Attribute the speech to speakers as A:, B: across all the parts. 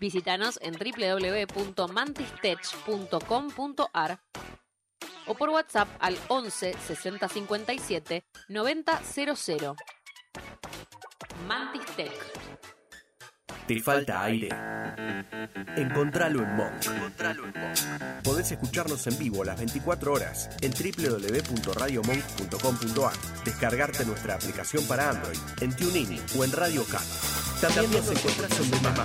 A: Visítanos en www.mantistech.com.ar o por WhatsApp al 11 60 57 90 00. Mantis Tech.
B: Te falta aire. Encontralo en Monk. Podés escucharnos en vivo las 24 horas en www.radiomonk.com.ar. Descargarte nuestra aplicación para Android en TuneIn o en Radio Cat. También nos encontrás en Mamá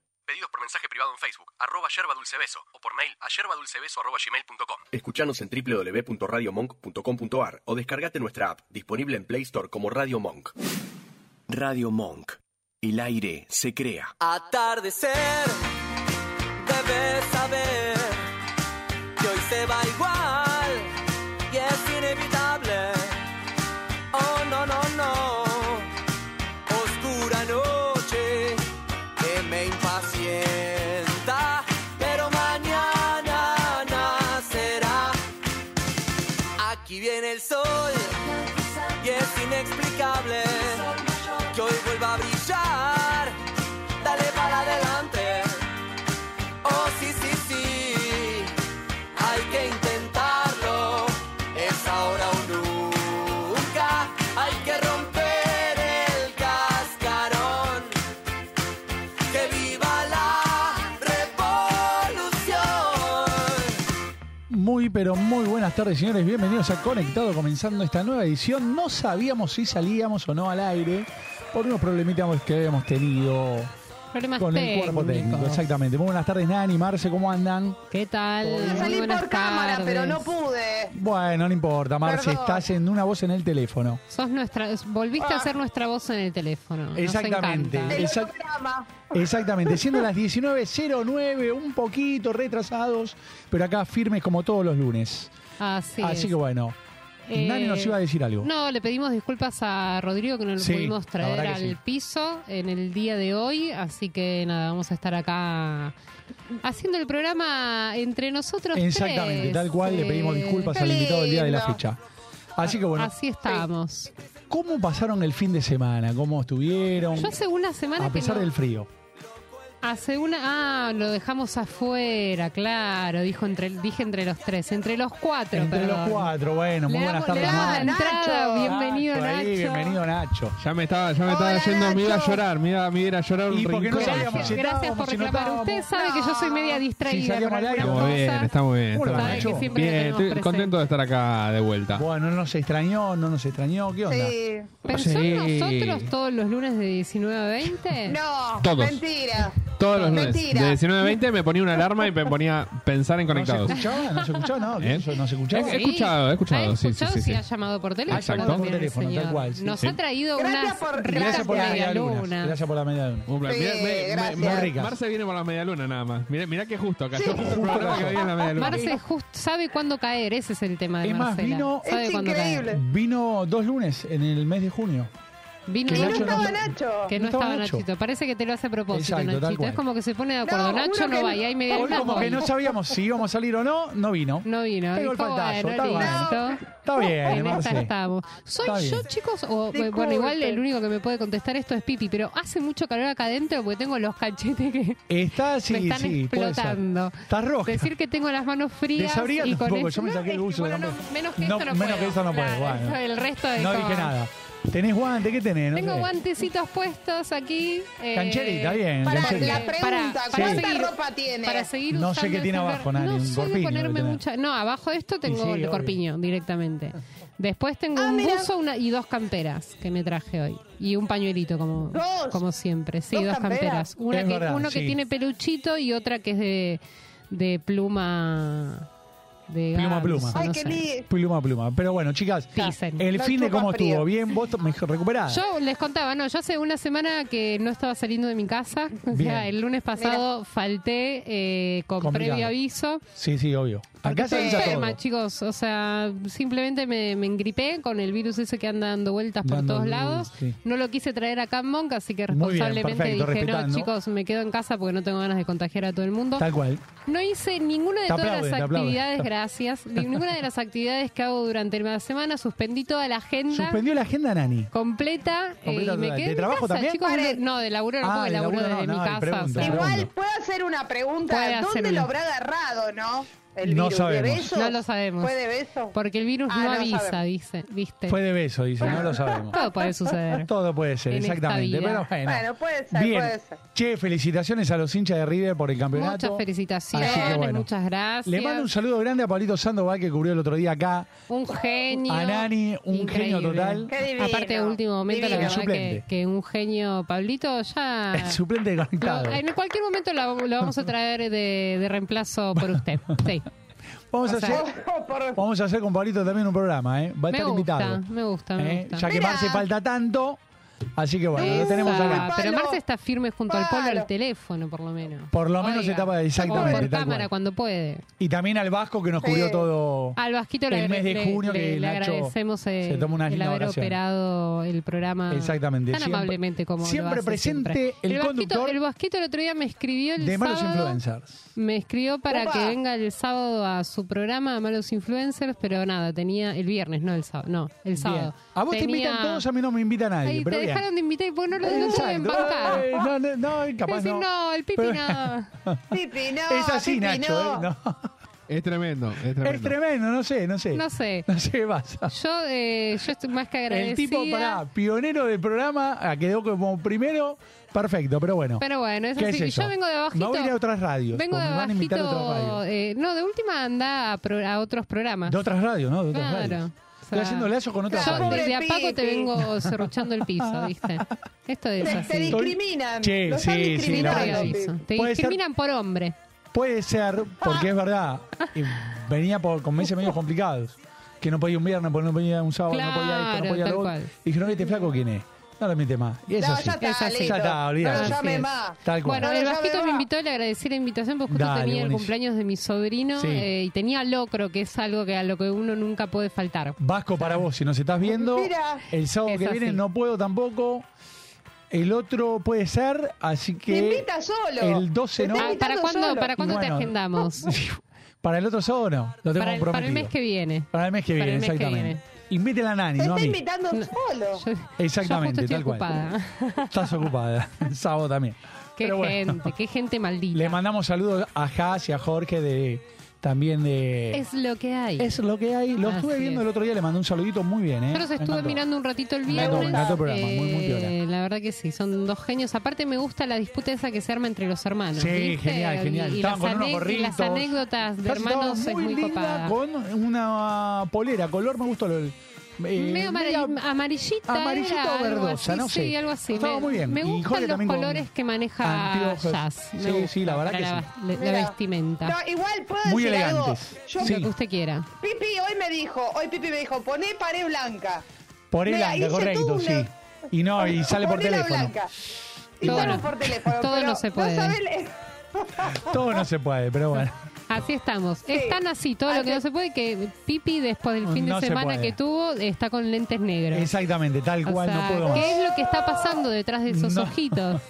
C: Pedidos por mensaje privado en Facebook, arroba yerbadulcebeso o por mail a yerbadulcebeso.gmail.com
B: Escuchanos en www.radiomonk.com.ar o descargate nuestra app, disponible en Play Store como Radio Monk. Radio Monk. El aire se crea.
D: Atardecer, debes saber que hoy se va igual y es inevitable. Oh, no, no, no. Oscura noche que me impacienta, pero mañana nacerá. Aquí viene el sol y es inexplicable que hoy vuelva a brillar. Dale para adelante. Oh, sí, sí, sí. Hay que intentarlo. Es ahora o nunca. Hay que romper el cascarón. Que viva la revolución.
E: Muy, pero muy buenas tardes, señores. Bienvenidos a Conectado, comenzando esta nueva edición. No sabíamos si salíamos o no al aire por unos problemitas que habíamos tenido
F: Problemas
E: con el cuerpo técnico. Exactamente. Muy buenas tardes, Nani, Marce, ¿cómo andan?
F: ¿Qué tal?
G: Yo
F: Muy
G: salí por
F: buenas
G: cámara,
F: tardes.
G: pero no pude.
E: Bueno, no importa, Marce,
G: Perdón.
E: estás en una voz en el teléfono.
F: Sos nuestra,
G: Ah.
F: volviste a ser nuestra voz en el teléfono. Nos
E: Exactamente.
F: encanta.
G: Del
E: Exact-
G: otro programa.
E: Exactamente, siendo las 19.09, un poquito retrasados, pero acá firmes como todos los lunes.
F: Así,
E: Así
F: es.
E: que bueno,
F: Eh,
E: Nani nos iba a decir algo.
F: No, le pedimos disculpas a Rodrigo que no lo
E: Sí,
F: pudimos
E: la
F: traer
E: verdad
F: al
E: que sí.
F: piso en el día de hoy, así que nada, vamos a estar acá haciendo el programa entre nosotros
E: Exactamente,
F: tres.
E: tal cual le
F: Eh,
E: pedimos disculpas
G: qué
E: al invitado del día de la
G: lindo.
E: fecha. Así que bueno,
F: Así estamos.
E: ¿cómo pasaron el fin de semana? ¿Cómo estuvieron?
F: Yo hace una semana
E: A
F: que
E: pesar
F: no-
E: del frío.
F: Hace una. Ah, lo dejamos afuera, claro. Dijo entre, dije entre los tres. Entre los cuatro,
E: Entre
F: perdón.
E: los cuatro, bueno,
F: Le
E: muy
F: damos, le
E: buenas tardes.
F: damos la
E: Mar.
G: Nacho.
F: entrada. Bienvenido,
E: Nacho, ahí,
F: Nacho.
E: bienvenido Nacho.
H: Ya me estaba, ya Ah, me
G: Hola,
H: estaba yendo, me iba a
G: Nacho.
H: llorar, me iba, me iba a ir a llorar un
E: ¿Y por qué no
H: rincón.
E: sabíamos
F: Gracias,
E: si
F: gracias por
E: estábamos, si no
F: reclamar.
E: estábamos?
F: Usted sabe que yo soy media distraída.
E: salíamos
F: con
E: al aire.
F: algunas
H: Estamos bien,
F: cosas.
H: estamos bien.
E: Hola,
H: estamos
E: Nacho.
H: bien.
F: Siempre
H: Bien,
F: tenemos
H: estoy
F: presente.
H: contento de estar acá de vuelta.
E: Bueno, no nos extrañó, no nos extrañó, ¿qué onda?
G: Sí.
F: Pero son
H: Sí.
F: nosotros todos los lunes de 19 a 20.
G: No,
H: Todos.
G: mentira.
H: Todos los lunes.
G: Mentira.
H: De 19 a 20 me ponía una alarma y me ponía a pensar en
E: ¿No se
H: conectados.
E: escuchaba? Ah, ¿No se escuchaba? No, ¿qué
H: ¿Eh?
E: sé yo? ¿No se
H: He-
E: escuchaba?
H: he escuchado, he escuchado,
F: Ha
H: sí, sí,
F: escuchado
H: sí,
F: si
H: sí.
F: ha llamado por teléfono.
H: Exacto.
F: también
E: Por
F: el
E: teléfono, tal
F: señor.
E: cual, sí.
F: Nos
H: Sí.
F: ha traído
G: Gracias
F: unas
G: por-
F: ricas
E: Gracias por la media
F: medialunas.
E: luna. Gracias por la media luna.
H: Un plan.
G: Sí,
H: Mirá,
G: gracias.
E: Muy ricas.
H: Marce viene por la medialuna nada más. Mirá, mirá que justo acá.
G: Sí.
H: Yo justo el programa que había en la medialuna.
F: Marce just sabe cuándo caer, ese es el tema de
E: Es más,
F: Marcela.
E: vino-
F: Sabe
G: Es
F: cuándo
G: increíble.
E: Vino dos lunes en el mes de junio.
F: caer. Vino
E: Que
G: Y no
E: Nacho
G: estaba
E: no-
G: Nacho.
F: Que no,
E: No estaba
F: estaba
E: Nacho.
F: Nachito. Parece que te lo hace a propósito,
E: Exacto, tal
F: Nachito.
E: cual.
F: Es como que se pone de acuerdo.
G: No,
F: Nacho
G: juro
F: no
G: que
F: va
G: no.
F: y hay media
E: Hoy
F: luna.
E: como que no sabíamos si íbamos a salir o no, no vino.
F: No vino.
E: Pegó el
F: Dijo,
E: pantazo,
F: bueno,
E: está
F: listo.
E: Está bien,
F: en esta
E: Marce.
F: estamos. ¿Soy
E: Está
F: yo,
E: bien.
F: chicos? O,
G: Disculpe.
F: bueno, igual el único que me puede contestar esto es Pipi, pero hace mucho calor acá adentro porque tengo los cachetes que
E: Está, Ah, sí,
F: me están
E: sí, puede ser.
F: explotando.
E: Está roja.
F: Decir que tengo las manos frías
E: Desabrígate
F: y
E: un
F: con
E: poco,
F: eso-
E: yo me saqué el
F: dije,
E: buzo de
F: bueno, no,
E: la mano.
F: menos que
E: No,
F: esto no
E: menos
F: puedo.
E: que eso no puedo,
F: Claro,
E: bueno.
F: El resto de
E: No
F: todo.
E: dije nada. ¿Tenés guante? ¿Qué tenés? No
F: Tengo
E: sé.
F: guantecitos puestos aquí. eh,
E: Cancherita, bien,
G: Pará,
E: Sí.
G: la pregunta,
F: para
G: ¿cuánta
F: seguir-
G: ropa tiene?
F: Para seguir
E: No sé
F: usando
E: qué
F: el
E: tiene
F: celular.
E: abajo, Nani,
F: No
E: un
F: suelo
E: corpiño debe
F: ponerme
E: tener.
F: mucha... No, abajo de esto tengo
E: sí,
F: el
E: obvio.
F: corpiño directamente. Después tengo
G: Ah,
F: un
G: mira.
F: buzo una, y dos camperas que me traje hoy. Y un pañuelito, como,
G: Dos.
F: como siempre. Sí,
G: Dos
F: dos,
G: camperas.
F: camperas. Una
E: Es
F: que,
E: verdad,
F: uno
E: sí.
F: que tiene peluchito y otra que es de, de pluma... De
E: Pluma,
F: ganso,
E: pluma.
F: no
G: Ay, qué
F: sé.
G: lindo.
E: Pluma, pluma. Pero bueno, chicas,
F: Dicen.
E: el
G: La
E: fin de
G: chupa
E: cómo
G: frío.
E: estuvo. Bien, vos to- mejor recuperada.
F: Yo les contaba, no, yo hace una semana que no estaba saliendo de mi casa. O
E: Bien.
F: sea, el lunes pasado falté eh, con
E: Complicado.
F: previo aviso.
E: Sí, sí, obvio. Acá se
F: Estoy
E: avisa
F: enferma,
E: todo.
F: chicos. O sea, simplemente me, me engripé con el virus ese que anda dando vueltas por
E: Dando
F: todos
E: virus,
F: lados.
E: sí.
F: No lo quise traer acá en Monk, así que
E: Muy bien,
F: responsablemente
E: perfecto,
F: dije,
E: respetando.
F: no, chicos, me quedo en casa porque no tengo ganas de contagiar a todo el mundo.
E: Tal cual.
F: No hice ninguna de
E: Te
F: todas
E: aplauden, te
F: las
E: aplauden.
F: actividades, gracias. Ninguna de las actividades que hago durante la semana. Suspendí toda la agenda
E: Suspendió la agenda Nani.
F: completa, eh,
E: Completa
F: y me
E: total.
F: quedé
E: ¿De
F: en mi
E: trabajo
F: casa,
E: también?
F: chicos,
G: Pare.
F: no, de laburo no,
E: Ah,
F: porque
E: de
F: laburo
E: laburo
F: desde
E: no,
F: mi
E: no,
F: casa.
E: pregunto,
F: o sea,
E: pregunto.
G: Igual
E: Segundo.
G: puedo hacer una pregunta.
F: Puede
G: ¿Dónde
F: hacer
G: lo
F: una.
G: habrá agarrado, no? El
E: No
G: virus.
E: sabemos.
G: ¿De beso?
F: No lo sabemos.
G: ¿Fue de beso?
F: Porque el virus
G: Ah,
F: no
G: no
F: avisa,
G: sabemos.
F: dice, ¿viste?
E: Fue de beso, dice, no lo sabemos.
F: Todo puede suceder.
E: Todo puede ser,
F: En esta
E: exactamente.
F: vida.
E: Pero bueno.
G: Bueno, puede ser,
E: Bien.
G: puede ser.
E: Che, felicitaciones a los hinchas de River por el campeonato.
F: Muchas felicitaciones,
E: Así que bueno.
F: muchas gracias.
E: Le mando un saludo grande a Pablito Sandoval que cubrió el otro día acá.
F: Un genio.
E: A Nani, un genio total.
G: Qué divino.
F: Aparte, de último momento,
G: divino.
F: la verdad
E: Suplente.
F: que, que un genio, Pablito, ya.
E: El suplente
F: lo-
E: conectado.
F: en cualquier momento lo, lo vamos a traer de, de reemplazo por usted. Sí.
E: Vamos a
F: o sea,
E: hacer.
G: Oh, por-
E: Vamos a hacer con Pablito también un programa, ¿eh? Va a
F: Me
E: estar
F: gusta,
E: invitado.
F: me gusta, me
E: ¿Eh?
F: gusta.
E: Ya que
G: Mirá.
E: Marce falta tanto, así que bueno, lo tenemos
F: Esa,
E: acá.
F: Pero
G: Palo.
F: Marce está firme junto al polo
G: Palo.
F: al teléfono, por lo menos.
E: Por lo menos
F: Oiga.
E: se tapa exactamente,
F: O por
E: tal
F: cámara
E: cual.
F: cuando puede.
E: Y también al Vasco que nos cubrió
G: Sí.
E: todo.
F: Al Vasquito le,
E: El mes de
F: le-
E: junio
F: le-
E: que
F: le
E: Nacho
F: agradecemos eh,
E: se toma una
F: el
E: linda
F: haber
E: oración.
F: operado el programa
E: Exactamente,
F: tan
E: siempre-
F: amablemente como lo
E: siempre
F: hace
E: presente
F: siempre.
E: el
F: Vasquito-
E: conductor
F: el Vasquito el otro día me escribió el
E: de malos
F: sábado,
E: influencers.
F: me escribió para
G: Opa.
F: que venga el sábado a su programa a Malos Influencers, pero nada, tenía el viernes, no el sábado, no, el sábado.
E: Bien. A vos te
F: Tenía-
E: invitan todos, a mí no me invita nadie.
F: Ay,
E: pero
F: te
E: bien.
F: dejaron de invitar y vos no lo no
E: Exacto.
F: pueden bancar.
E: Eh, No, no, no, capaz
F: Es decir,
E: no.
F: no, el pipi
E: Pero-
F: no.
G: Pipi, no.
E: Es así,
G: Pipi,
E: Nacho.
G: no.
E: ¿eh? No.
H: Es tremendo, es tremendo.
E: Es tremendo, no sé, no sé.
F: No sé.
E: No sé qué pasa.
F: Yo, eh, yo estoy más que agradecida.
E: El tipo, pará, pionero del programa, ah, quedó como primero, perfecto, pero bueno.
F: Pero bueno, es
E: ¿Qué
F: así.
E: es eso?
F: Yo vengo de abajito.
E: Me voy a ir a otras radios,
F: Vengo
E: porque
F: de
E: me van a invitar a otras
F: abajito.
E: radios.
F: eh, no, de última anda a, pro- a otros programas.
E: De otras radios, ¿no? De otras
F: Claro.
E: radios.
F: O
E: Estoy
F: sea,
E: haciendo lazos con otras
G: Claro,
F: Yo
E: radios.
G: pobre
F: desde a Paco te
G: Pipi.
F: vengo serruchando el piso, ¿viste? Esto es
G: Te, te
F: así.
G: discriminan.
E: Sí,
G: los están
E: sí, sí,
F: Te
E: la
G: discriminando,
E: verdad.
G: Pipi.
F: aviso. Te
E: Puede ser-
F: discriminan por hombre.
E: Puede ser, porque es verdad, y venía por, con meses medio complicados. Que no podía un viernes, porque no podía un sábado, no podía esto, no
F: Claro,
E: podía
F: tal
E: lo otro.
F: cual.
E: Y dijeron, este flaco, ¿quién es? No lo mete más. Y es
G: No,
E: así.
G: ya está,
F: así.
G: listo.
E: Ya está, olvídate.
G: No lo llame
F: Así es.
G: más.
E: Tal cual.
F: Bueno,
G: No,
F: el
G: ya me
F: Vasquito
G: va.
F: me invitó, le agradecí la invitación porque justo
E: Dale,
F: tenía el
E: buenísimo.
F: cumpleaños de mi sobrino
E: Sí.
F: eh, y tenía locro, que es algo que a lo que uno nunca puede faltar.
E: Vasco para vos, si nos estás viendo.
G: Mira.
E: el sábado
F: Es
E: que viene
F: así.
E: no puedo tampoco. El otro puede ser, así que.
G: Te invita solo.
E: El 12 no.
G: Te
F: Ah,
G: invitando
F: ¿Para cuándo,
G: solo.
F: ¿para cuándo te
E: Bueno.
F: agendamos?
E: Para el otro sábado no, lo tengo
F: Para el,
E: comprometido.
F: para el mes que viene.
E: Para el mes que
F: para
E: viene,
F: el mes que
E: exactamente. Invítela a Nani,
G: Te
E: no a
G: está
E: mí.
G: invitando solo.
F: Yo-
E: Exactamente,
F: yo justo
E: tal
F: estoy
E: cual.
F: ocupada.
E: Estás ocupada. El sábado también.
F: Qué
E: Pero bueno,
F: gente, qué gente maldita.
E: le mandamos saludos a Haas y a Jorge de también de.
F: es lo que hay.
E: Eh, Es lo que hay. Lo estuve
F: Así
E: viendo
F: es.
E: el otro día, le mandé un saludito muy bien, ¿eh?
F: Yo los
E: Me
F: estuve
E: encantó.
F: mirando un ratito el
E: encantó,
F: viernes.
E: me encantó el programa, muy, muy piola.
F: Eh, la verdad que sí, son dos genios. Aparte me gusta la disputa esa que se arma entre los hermanos.
E: Sí,
F: ¿viste?
E: genial, genial.
F: Y, y las,
E: Estaban con unos
F: ane- y
E: gorritos.
F: las anécdotas de
E: Casi
F: hermanos
E: estaba
F: es muy
E: linda
F: copada.
E: Con una polera, color, me gustó. Lo, eh,
F: Medio amari-
E: media-
F: amarillita,
E: amarillita
F: era, algo
E: o verdosa,
F: así,
E: no sé.
F: Sí, algo así.
E: Estaba
F: me,
E: muy bien.
F: me
E: Y
F: gustan
E: Jorge
F: los
E: también con
F: colores que maneja
E: anteojos.
F: Jazz. Me
E: Sí, sí, la
F: gusta
E: verdad
F: para
E: que
F: la- la-
G: Mira.
F: la vestimenta.
G: No, igual puedo
E: Muy
G: decir
E: elegantes.
G: algo. Yo,
E: Sí.
F: Lo que usted quiera.
G: Pipi hoy me dijo, hoy Pipi me dijo, poné pared blanca.
E: Por el
G: Mira,
E: anda,
G: hice
E: correcto,
G: tú una-
E: sí. Y no, y sale por
G: Poné la
E: teléfono.
G: blanca. Y
F: Todo
G: sale
F: no.
G: por teléfono.
F: Todo
G: pero
F: no se puede.
G: sabés le-
E: Todo no se puede, pero bueno.
F: Así estamos. Están así, todo lo
G: Así-
F: que no se puede, que Pipi después del fin
E: No
F: de
E: se
F: semana
E: puede.
F: que tuvo está con lentes negros.
E: Exactamente, tal
F: O
E: cual,
F: sea,
E: no puedo más.
F: ¿Qué es lo que está pasando detrás de esos
E: No.
F: ojitos?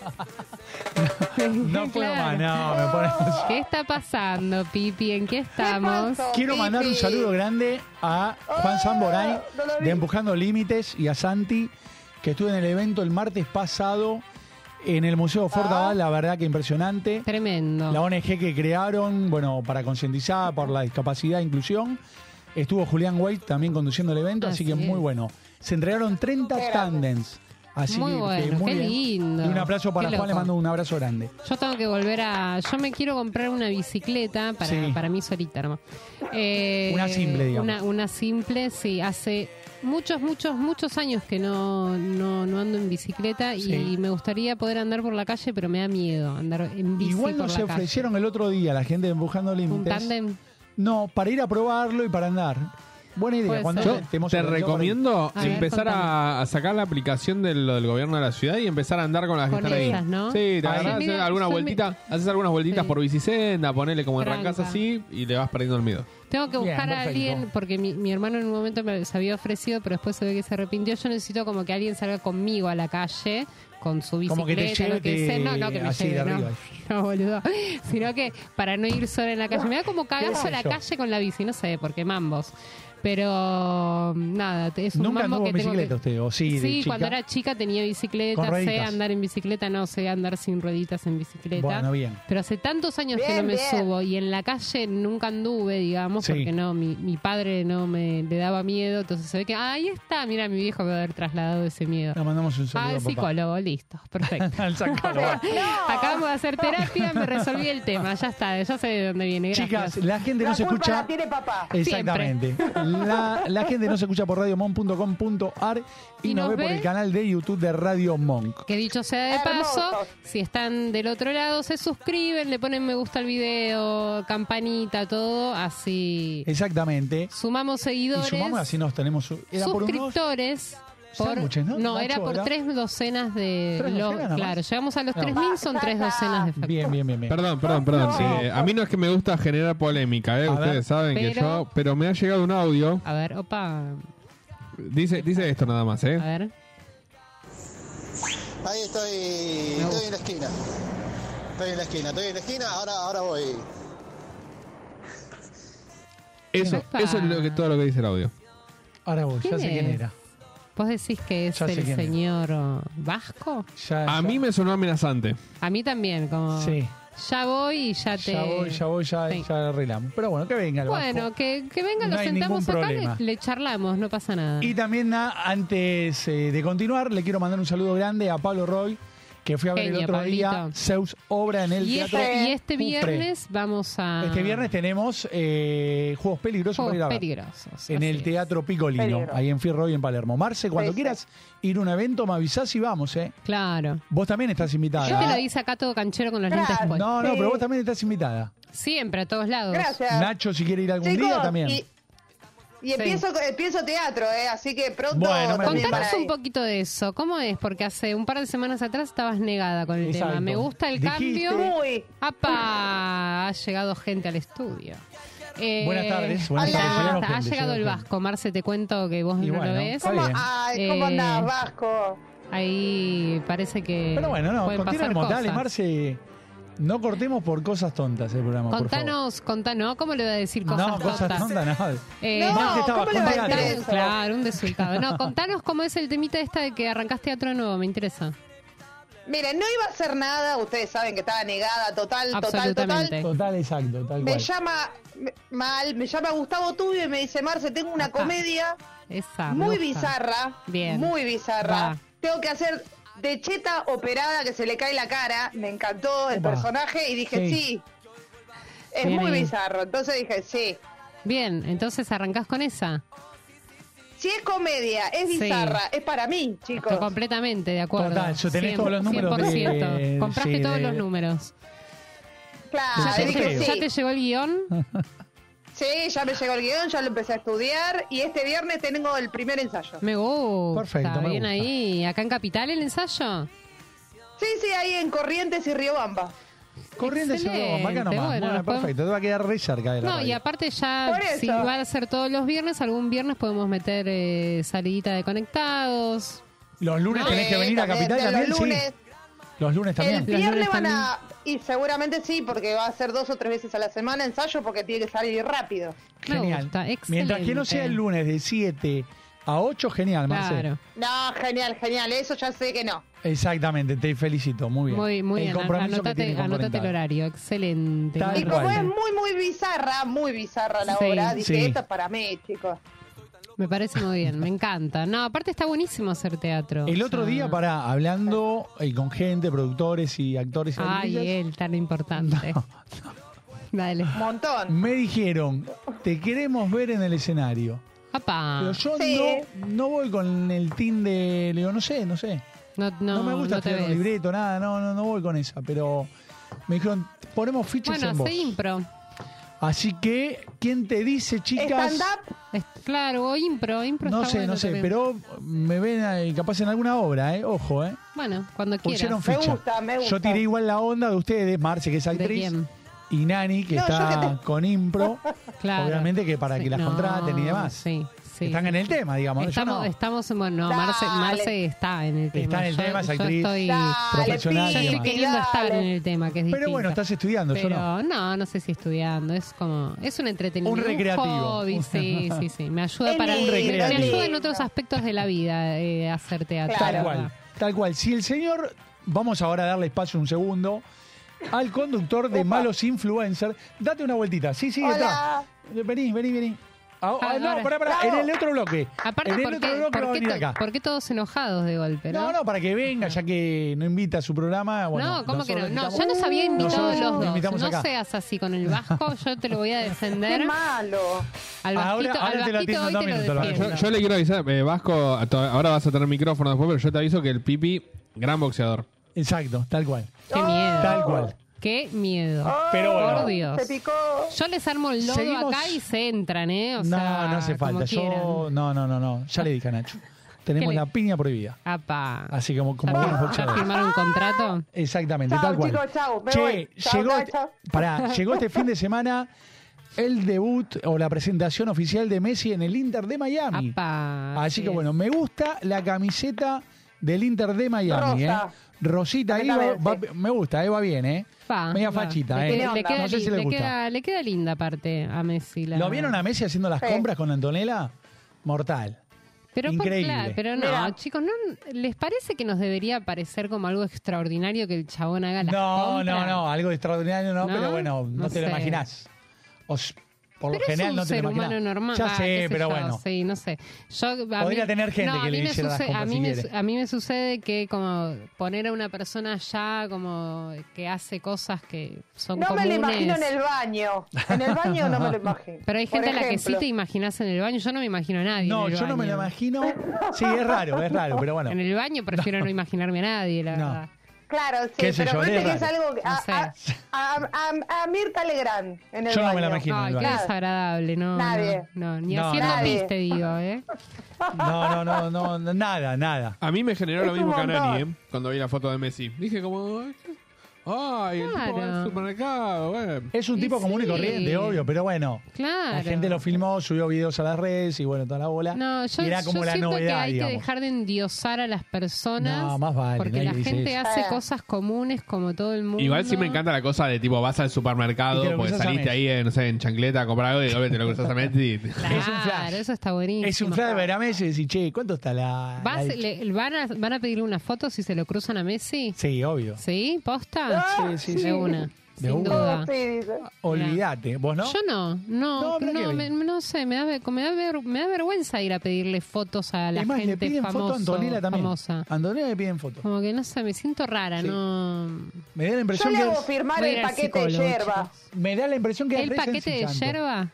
E: No puedo más,
F: Claro.
E: no, me pones-
F: ¿Qué está pasando, Pipi? ¿En qué estamos?
G: pasó?
E: Quiero mandar un
G: Pipi. Ah,
E: saludo grande a Juan Zamboray
G: no lo vi.
E: de Empujando Límites y a Santi, que estuve en el evento el martes pasado en el Museo
G: Ah.
E: Fortabad, la verdad que impresionante.
F: Tremendo.
E: La ONG que crearon, bueno, para concientizar por la discapacidad e inclusión. Estuvo Julián White también conduciendo el evento, así,
F: Así
E: que muy
F: es.
E: bueno. Se entregaron 30
G: grande.
E: tandems. Así
F: Muy
E: que,
F: bueno, qué
E: bien.
F: lindo.
E: Y un aplauso para
F: Qué
E: Juan, le
F: loco.
E: mando un abrazo grande.
F: Yo tengo que volver a. Yo me quiero comprar una bicicleta para,
E: Sí.
F: para mí solita nomás. Eh,
E: Una simple, digamos.
F: Una, una simple, sí. Hace muchos, muchos, muchos años que no, no, no ando en bicicleta
E: Sí.
F: y me gustaría poder andar por la calle, pero me da miedo andar en bici.
E: Igual
F: por
E: nos
F: la calle.
E: ofrecieron el otro día la gente de empujando
F: un
E: límites.
F: tándem.
E: No, para ir a probarlo y para andar. Buena idea.
F: Puede
E: Cuando
F: ser. Ah,
E: yo-
F: Yo
E: hemos
H: Te
E: organizado para ir.
H: recomiendo
F: A ver,
H: empezar a, a sacar la aplicación de lo del gobierno de la ciudad y empezar a andar con las que
F: Con
H: están ahí.
F: esas, ¿no?
H: Sí, te
E: Ahí.
H: agarrás,
F: Mira,
H: haces alguna
F: soy
H: vueltita, haces algunas vueltitas
F: Sí.
H: por bicicenda, ponele como
F: Tranca.
H: arrancás así y le vas perdiendo el miedo.
F: Tengo que
E: Bien,
F: buscar a
E: perfecto.
F: alguien, porque mi, mi hermano en un momento me los había ofrecido, pero después se ve que se arrepintió. Yo necesito como que alguien salga conmigo a la calle con su bicicleta,
E: Como que te lleve,
F: lo que sea.
E: te-
F: No, no, que me
E: así de
F: lleve, no.
E: arriba.
F: No, boludo. Sino que para no ir sola en la calle. Me da como cagazo
E: sé
F: a la
E: yo?
F: calle con la bici, no sé, porque mambos. Pero nada, es un
E: Nunca
F: mambo
E: anduvo
F: que
E: en
F: tengo
E: bicicleta
F: que...
E: usted, o sí,
F: Sí,
E: de chica.
F: cuando era chica tenía
E: Con
F: bicicleta, sé
E: rueditas.
F: andar en bicicleta, no sé andar sin rueditas en bicicleta.
E: Bueno, bien.
F: Pero hace tantos años que
G: Bien,
F: no me
G: bien.
F: subo y en la calle nunca anduve, digamos,
E: Sí.
F: porque no, mi, mi padre no me le daba miedo, entonces se ve que "Ah, ahí está, mira, mi viejo me va a haber trasladado ese miedo.
E: Le mandamos un saludo.
F: Al
E: papá.
F: psicólogo, listo, perfecto.
E: Al psicólogo.
F: Acabamos de hacer terapia, me resolví el tema, ya está, ya sé de dónde viene. Gracias.
E: Chicas, la gente no
G: La
E: se
G: culpa
E: escucha.
G: la tiene papá.
E: Exactamente. La, la gente no se escucha por radiomon.com.ar y,
F: Y
E: nos
F: nos
E: ve por
F: ve-
E: el canal de YouTube de Radio Monk.
F: Que dicho sea de paso,
G: Hermosos.
F: si están del otro lado, se suscriben, le ponen me gusta al video, campanita, todo, así
E: Exactamente.
F: sumamos
E: Y
F: seguidores.
E: semos así nos tenemos. su- Era por unos.
F: suscriptores por,
E: sándwiches, ¿no?
F: ¿no? era
E: Nacho,
F: por
E: ¿verdad?
F: tres docenas de
E: Tres
F: lo-
E: docenas nada
F: claro
E: más.
F: llegamos a los
E: No.
F: 3000 son tres docenas de facturas
E: Bien, bien, bien. bien.
H: Perdón,
F: Ah,
H: perdón, perdón.
G: No.
H: Eh, a mí no es que me gusta generar polémica, ¿eh?
E: A
H: ustedes
E: ver.
H: saben que
F: Pero-
H: yo, pero me ha llegado un audio.
F: a ver opa
H: Dice, dice esto nada más,
F: a
H: ¿eh?
F: ver
I: Ahí estoy,
F: Me
I: estoy en la esquina. Estoy en la esquina, estoy en la esquina, ahora, ahora voy.
H: Eso,
F: Epa.
H: eso es lo que, todo lo que dice el audio.
E: Ahora vos, ya
F: ¿Quién
E: sé quién
F: es?
E: era.
F: vos decís que es
E: Ya sé
F: el
E: quién es.
F: señor oh, vasco
E: Ya- ya-
H: A mí me sonó amenazante.
F: a mí también como
E: Sí.
F: ya voy y ya te
E: Ya voy, ya voy, ya,
F: Sí.
E: ya arreglamos. Pero bueno, que venga el
F: bueno
E: Vasco.
F: que, que venga
E: No
F: lo
E: hay
F: sentamos
E: ningún
F: acá
E: problema.
F: le, le charlamos no pasa nada
E: Y también, na- antes eh, de continuar, le quiero mandar un saludo grande a Pablo Roy, que fui a ver el
F: Genio,
E: otro día
F: Pablito.
E: Zeus Obra en el
F: Y
E: Teatro
F: este, y este
E: Cufre.
F: viernes vamos a
E: Este viernes tenemos eh, Juegos Peligrosos
F: juegos
E: para ir a ver.
F: peligrosos
E: En
F: así
E: el
F: es.
E: Teatro Picolino,
G: Peligro.
E: ahí en Fierro y en Palermo. Marce, cuando
G: Sí, sí.
E: quieras ir a un evento, me avisás y vamos, ¿eh?
F: claro
E: Vos también estás invitada.
F: Yo te lo hice acá todo canchero con los
G: Claro.
F: lentes puestos.
E: No, no,
G: Sí.
E: pero vos también estás invitada.
F: Siempre, a todos lados.
G: Gracias.
E: Nacho, si quiere ir algún
G: Chicos,
E: día también.
G: Y, y empiezo, con- empiezo teatro, ¿eh? Así que pronto.
E: Bueno, me
G: también
F: Contanos
G: para
F: un
G: ahí.
F: poquito de eso. ¿Cómo es? Porque hace un par de semanas atrás estabas negada con el
E: Exacto.
F: tema. Me gusta el
E: Dijiste-
F: cambio.
G: Uy.
F: ¡Apa! Ha llegado gente al estudio. Eh,
E: Buenas tardes, buenas
G: Hola.
E: tardes.
G: Buenas
E: llegamos
F: ha
E: gente,
F: llegado
E: llegamos
F: el
E: gente.
F: Vasco. Marce, te cuento que vos
E: Y
F: no
E: bueno,
F: lo ves.
E: está
G: ¿Cómo,
E: bien.
G: ay, ¿cómo
F: Eh,
G: andás, Vasco?
F: Ahí parece que.
E: Pero bueno,
F: pueden
E: no,
F: pasar
E: continuemos.
F: cosas.
E: Dale, Marce, no cortemos por cosas tontas el programa,
F: Contanos, contanos, ¿cómo le voy a decir
E: por favor.
F: cosas
E: no, cosas
F: tontas?
E: tontas, no.
F: Eh,
G: No,
E: Marce estaba
G: ¿cómo le
E: con
G: va a
E: gato.
G: decir
F: Contanos-
G: eso?
F: claro, un desubicado. No, contanos cómo es el temita esta de que arrancaste teatro nuevo, me interesa.
G: Miren, no iba a hacer nada, ustedes saben que estaba negada, total, total,
F: Absolutamente.
G: total.
E: Total, exacto, tal
G: Me
E: cual.
G: llama me- mal, me llama Gustavo Tubio y me dice, Marce, tengo una
F: Apa.
G: comedia
F: Esa.
G: muy
F: me gusta.
G: bizarra,
F: Bien.
G: muy bizarra.
F: Va.
G: Tengo que hacer de cheta operada que se le cae la cara, me encantó el
E: Opa.
G: personaje y dije,
E: Sí.
G: sí. Es
F: Bien
G: muy
F: ahí.
G: bizarro, entonces dije, sí.
F: este. Bien, entonces arrancás con esa.
G: Si es comedia, es
F: Sí.
G: bizarra, es para mí, chicos.
F: Estoy completamente de acuerdo.
E: Total, yo tenés
F: Cien-
E: todos los números de-
F: 100%. Compraste
E: sí,
F: todos
E: de-
F: los números.
G: Claro,
F: Ya,
E: Ah,
F: te,
E: yo
G: dije,
E: creo.
F: llegó- ya
G: sí.
F: te llegó el guión.
G: Sí, ya me llegó el guión, ya lo empecé a estudiar y este viernes tengo el primer ensayo.
F: Me gusta.
E: Perfecto, me
F: Bien
E: gusta.
F: ahí. Acá en Capital el ensayo.
G: Sí, sí, ahí en Corrientes y Riobamba.
E: Corrientes y
F: Excelente,
E: Roma, acá nomás.
F: bueno,
E: Bueno,
F: nos podemos-
E: perfecto, te va a quedar re cerca de la
F: No,
E: radio.
F: y aparte ya,
G: Por eso.
F: si va a ser todos los viernes, algún viernes podemos meter eh, salidita de conectados.
E: Los lunes
F: No,
E: tenés que
G: Eh,
E: venir a Capital
G: de
E: también,
G: los lunes.
E: sí. Los lunes también.
G: El
F: Los
G: viernes
F: lunes
G: van a. Y seguramente sí, porque va a ser dos o tres veces a la semana ensayo porque tiene que salir rápido.
F: Me
E: Genial.
F: gusta, excelente.
E: Mientras que no sea el lunes de 7 a 8, genial, Marce.
F: Claro.
G: No, genial, genial. Eso ya sé que no.
E: Exactamente, te felicito, muy bien.
F: Muy, muy
E: el
F: bien.
E: compromiso que
F: Anotate,
E: tiene con
F: anotate el
E: Oriental.
F: horario. Excelente.
E: Tal
G: Y
E: Tal
F: Me-
E: cual.
G: como es muy, muy bizarra, muy bizarra la
F: Sí,
G: obra, dije,
E: sí.
G: esto es para mí, chicos.
F: Me parece muy bien, me encanta. No, aparte está buenísimo hacer teatro. Ah.
E: El
F: o
E: otro
F: sea,
E: día, para hablando y con gente, productores y actores y
F: Ay,
E: actrices,
F: él, tan importante. Dale.
G: Montón.
E: me dijeron, te queremos ver en el escenario. Pero
F: Papá.
E: yo
G: Sí.
E: no, no voy con el team de... Le digo, no sé, no sé.
F: No, no,
E: No, me gusta
F: no te
E: estudiar
F: ves.
E: un libreto, nada, no, no, no voy con esa. Pero me dijeron, ponemos fichas
F: Bueno,
E: en vos.
F: hace impro.
E: Así que, ¿quién te dice, chicas?
G: Stand-up,
F: Es- claro, o impro, impro
E: No
F: está
E: sé,
F: bueno
E: no sé,
F: también.
E: pero me ven ahí, capaz en alguna obra, ¿eh? Ojo, ¿eh?
F: Bueno, cuando
E: Pusieron
F: quieras.
G: Me
E: ficha.
G: gusta, me
E: Yo
G: gusta.
E: tiré igual la onda de ustedes, Marce, que es
F: ¿De
E: actriz,
F: quién?
E: y Nani, que
G: No, yo
E: está
G: que
E: con impro,
F: Claro.
E: obviamente que para
F: Sí,
E: que las
F: no,
E: contraten y demás.
F: Sí,
E: Que
F: sí.
E: Están en el tema, digamos. ¿no? Yo
F: Estamos,
E: no.
F: estamos en- bueno, no, Marce,
G: Dale.
F: Marce está en el tema.
E: Está en el
F: Yo-
E: tema, es
F: yo
E: actriz.
F: estoy-
G: dale,
E: profesional
F: yo
G: pibe,
E: y
F: estoy
E: demás.
F: queriendo estar en
G: dale.
F: el tema, que es
E: Pero bueno,
F: distinto.
E: estás estudiando, yo no.
F: Pero no, no sé si estudiando, es como, es un entretenimiento.
E: Un recreativo.
F: hobby, sí, sí, sí. Me ayuda
G: Es
F: para
G: lindo,
F: me
E: es
F: ayuda en
G: lindo.
F: otros aspectos de la vida eh, hacer teatro.
G: Claro.
E: Tal cual, tal cual. Si el señor, vamos ahora a darle espacio un segundo al conductor de malos influencers. Date una vueltita. Sí, sí,
G: Hola.
E: está. Vení, vení, vení. Ah, ah, no,
F: Ahora.
E: pará, pará, en el otro bloque.
F: Aparte,
E: en el
F: ¿por
E: otro
F: qué,
E: bloque va a
F: por, qué
E: venir
F: to-
E: acá.
F: por qué todos enojados de golpe? No,
E: No, no, para que venga, ya que no invita a su programa. Ah, Bueno,
F: no, ¿cómo que no?
E: nosotros
F: No,
E: invitamos-
F: ya nos había invitado
E: Nosotros
F: los dos.
E: invitamos
F: No
E: acá.
F: seas así con el vasco, yo te lo voy a
G: Qué
F: defender.
G: malo.
F: Al vasquito,
E: Ahora- ahora
F: al
E: te lo
F: vasquito
E: atiendo
F: hoy
E: en dos
F: te lo
E: minutos, Vasco.
F: defiendo.
H: Yo, yo le quiero avisar, eh, Vasco, a to- ahora vas a tener micrófono después, pero yo te aviso que el Pipi, gran boxeador.
E: Exacto, tal cual.
F: Qué miedo.
E: Tal cual.
F: Qué miedo.
E: Pero
F: Por
E: bueno.
F: Dios.
G: Se picó.
F: Yo les armo el lodo
E: Seguimos.
F: acá y se entran, ¿eh? O sea,
E: no, no hace falta.
F: como
E: Yo,
F: quieran.
E: no, no, no, no. Ya le dije a Nacho. Tenemos
F: ¿Qué le-
E: la piña prohibida.
F: Apa.
E: Así como, como
F: ¿Ya,
E: buenos
F: ya
E: boxeadores.
F: firmaron un contrato?
E: Exactamente,
G: Chau,
E: tal cual.
G: chicos, chau, me
E: che,
G: voy. Chau,
E: llegó,
G: Nacho.
E: pará, llegó este fin de semana el debut o la presentación oficial de Messi en el Inter de Miami.
F: Apa.
E: Así que
F: es.
E: bueno, me gusta la camiseta del Inter de Miami.
G: Rosa.
E: eh. Rosita, ahí va- va- me gusta, ahí va bien, ¿eh?
F: Pa,
E: Media
F: va.
E: fachita,
F: Le,
E: ¿eh?
F: queda- le queda,
E: no sé
F: li-
E: si le
F: le
E: gusta.
F: queda- le queda linda aparte a Messi. la-
E: ¿Lo vieron a Messi haciendo las
G: Sí.
E: compras con Antonella? Mortal.
F: Pero por-
E: Increíble.
F: claro, pero no,
G: Mira.
F: chicos, ¿no ¿les parece que nos debería parecer como algo extraordinario que el chabón haga las
E: No, no,
F: compras?
E: no, algo extraordinario no,
F: ¿No?
E: pero bueno, no,
F: No
E: te lo
F: sé.
E: imaginás. O s- por
F: Pero
E: lo general
F: es un
E: no te
F: ser
E: lo imaginás.
F: humano normal.
E: Ya
F: Ah,
E: sé,
F: qué sé
E: pero
F: yo,
E: bueno.
F: Sí, no sé. Yo, a
E: Podría tener gente
F: no,
E: que
F: a
E: le
F: mí me
E: hiciera las
F: sucede-
E: compras,
F: a mí
E: si
F: me
E: quiere.
F: su- a mí me sucede que como poner a una persona ya como que hace cosas que son
G: No me
F: comunes.
G: lo imagino en el baño. En el baño no me lo imagino.
F: Pero hay
G: Por
F: gente a la que sí
G: ejemplo.
F: te imaginas en el baño. Yo no me imagino a nadie.
E: No,
F: en el
E: yo no me lo
F: baño.
E: imagino. Sí, es raro, es raro, pero bueno.
F: En el baño prefiero no, imaginarme a nadie, la
E: No.
F: verdad.
G: Claro, sí,
E: Qué sé
G: pero
E: yo,
G: viste
E: es
G: que es
E: raro.
G: algo que. A,
F: No
G: a- a- a- a Mirta Legrand en el
E: Yo no me
G: baño.
E: la imagino. en
F: Ay,
E: el
F: qué
E: baño.
F: desagradable, no.
G: Nadie.
F: No, no, ni
E: No,
F: haciendo
E: nadie.
F: pis te digo, ¿eh?
E: No, no, no, no, no, nada, nada.
H: A mí me generó lo
G: Es
H: mismo
G: un
H: que a Nani,
G: montón.
H: ¿eh? cuando vi la foto de Messi. Dije como...
E: Ah,
H: Ay, el tipo va
F: Claro.
H: al supermercado, bueno.
E: Es un
F: Y
E: tipo común y
F: sí.
E: corriente, obvio, pero bueno.
F: Claro.
E: La gente lo filmó, subió videos a las redes y bueno, toda la bola.
F: No, yo,
E: y era como
F: yo
E: la
F: siento que
E: novedad,
F: hay
E: digamos.
F: que dejar de endiosar a las personas.
E: No, más vale,
F: Porque
E: nadie
F: la
E: dice
F: gente
E: eso.
F: hace
G: Ah.
F: cosas comunes como todo el mundo.
H: Igual sí me encanta la cosa de tipo, vas al
E: Y te
H: supermercado,
E: lo
H: pues
E: cruzas a
H: saliste
E: Messi.
H: ahí, en, no sé, en chancleta a comprar algo y obvio, te lo cruzas a Messi.
F: Claro,
E: Es un flash.
F: eso está buenísimo.
E: Es un flash de ver a Messi y decir, che, ¿cuánto está la.
F: Vas-
E: la-
F: le- van, a, ¿Van a pedirle una foto si se lo cruzan a Messi?
E: Sí, obvio.
F: ¿Sí? ¿Posta?
E: Sí, sí, sí.
F: De una.
E: De
F: sin
E: una.
F: duda.
G: Ah, Sí, dice.
E: Olvídate. ¿Vos no?
F: Yo no,
E: No,
F: no,
E: pero
F: no,
E: qué
F: me- no sé, me da, ver- me, da ver- me da vergüenza ir a pedirle fotos a la
E: es más,
F: gente
E: le piden foto a
F: famoso-
E: Antonella también.
F: famosa.
E: A Antonella le piden foto.
F: Como que no sé, me siento rara,
E: Sí.
F: no.
E: Me da la
G: Yo
E: impresión
G: le
E: que.
G: hago
E: es-
G: firmar
F: Voy a ir
G: el
F: al
G: paquete de
F: psicólogo,
G: yerba.
F: chicos.
E: me da la impresión que es
F: ¿El
E: re
F: paquete de
E: sencillanto.
F: yerba?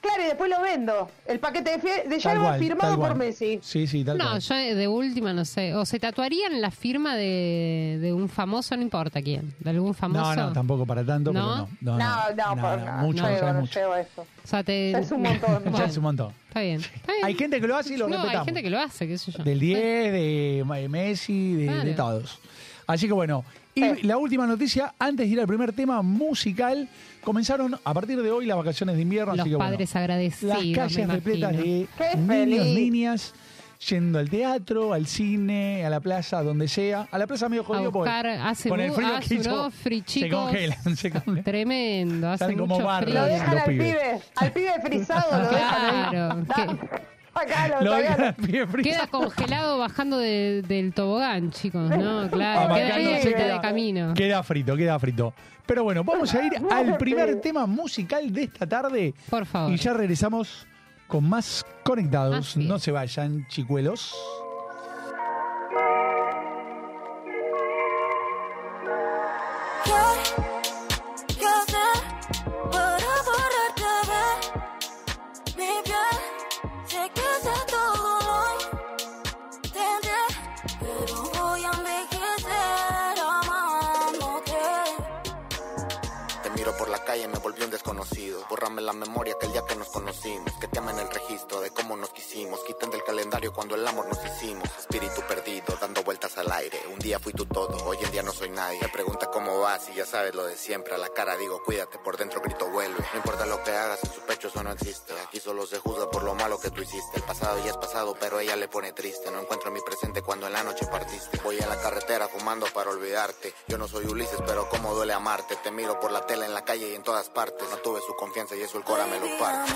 G: Claro, y después lo vendo. El paquete de, fie- de
E: Tal
G: yerba
E: cual,
G: firmado
E: tal
G: por
E: cual.
G: Messi.
E: Sí, sí, tal
F: No,
E: cual.
F: yo de última no sé. O se tatuarían la firma de, de un famoso, no importa quién. De algún famoso.
E: No, no, tampoco para tanto,
F: ¿No?
E: pero no. No,
G: No, no,
E: no,
G: por
E: no,
G: nada.
E: mucho,
G: no,
E: no,
G: llevo,
E: sabes
G: no
E: mucho.
G: llevo eso.
F: O sea, te-
G: Ya es un montón.
F: Bueno,
E: Ya es un montón.
F: Está bien. Está bien.
E: Hay gente que lo hace y lo
F: no,
E: respetamos.
F: hay gente que lo hace, qué sé yo.
E: Del 10, de Ma- de Messi, de,
F: Claro.
E: de todos. Así que bueno, y la última noticia, antes de ir al primer tema musical, comenzaron a partir de hoy las vacaciones de invierno.
F: Los
E: así que bueno,
F: padres agradecidos.
E: las
F: me
E: calles
F: imagino.
E: repletas de
G: Qué
E: niños,
G: feliz.
E: niñas, yendo al teatro, al cine, a la plaza, donde sea. A la plaza medio
F: A
E: jodido
F: buscar,
E: porque
F: hace
E: con el
F: mu-
E: frío
F: hace
E: que
F: un
E: hizo,
F: ofri,
E: se
F: chicos.
E: congelan, se congelan.
F: Tremendo, hace
E: Están ¿eh? como
F: mucho
E: barros.
F: frío.
G: Lo dejan
E: Los
G: al
E: pibes.
G: pibe. Al pibe frisado lo dejan.
F: Claro.
G: ahí.
F: que-
G: Acá lo,
E: Lo
G: todavía
E: dejan
G: lo-
E: al pie frío.
F: Queda congelado bajando de- del tobogán, chicos, ¿no? Claro, queda
E: Abacano
F: ahí a
E: se
F: mitad de camino.
E: Ah, queda frito, queda frito. Pero bueno, vamos a ir al primer tema musical de esta tarde.
F: Ah, Por favor.
E: Y ya regresamos con más conectados.
F: Así es.
E: No se vayan, chicuelos.
J: Te miro por la calle, me volví un desconocido. Bórrame la memoria aquel día que nos conocimos. Que temen el registro de cómo nos quisimos. Quiten del calendario cuando el amor nos hicimos. Espíritu perdido, dando vueltas al aire. Un día fui tu todo, hoy en día no soy nadie. Me pregunta cómo vas y ya sabes lo de siempre. A la cara digo cuídate, por dentro grito vuelve. No importa lo que hagas, en su pecho eso no existe. Aquí solo se juzga por lo malo que tú hiciste. El pasado ya es pasado, pero ella le pone triste. No encuentro mi presente cuando en la noche partiste. Voy a la carretera fumando para olvidarte. Yo no soy Ulises, pero cómo duele amarte. Te miro por la tela en la calle y en todas partes. No tuve su confianza y eso el cora me lo parte.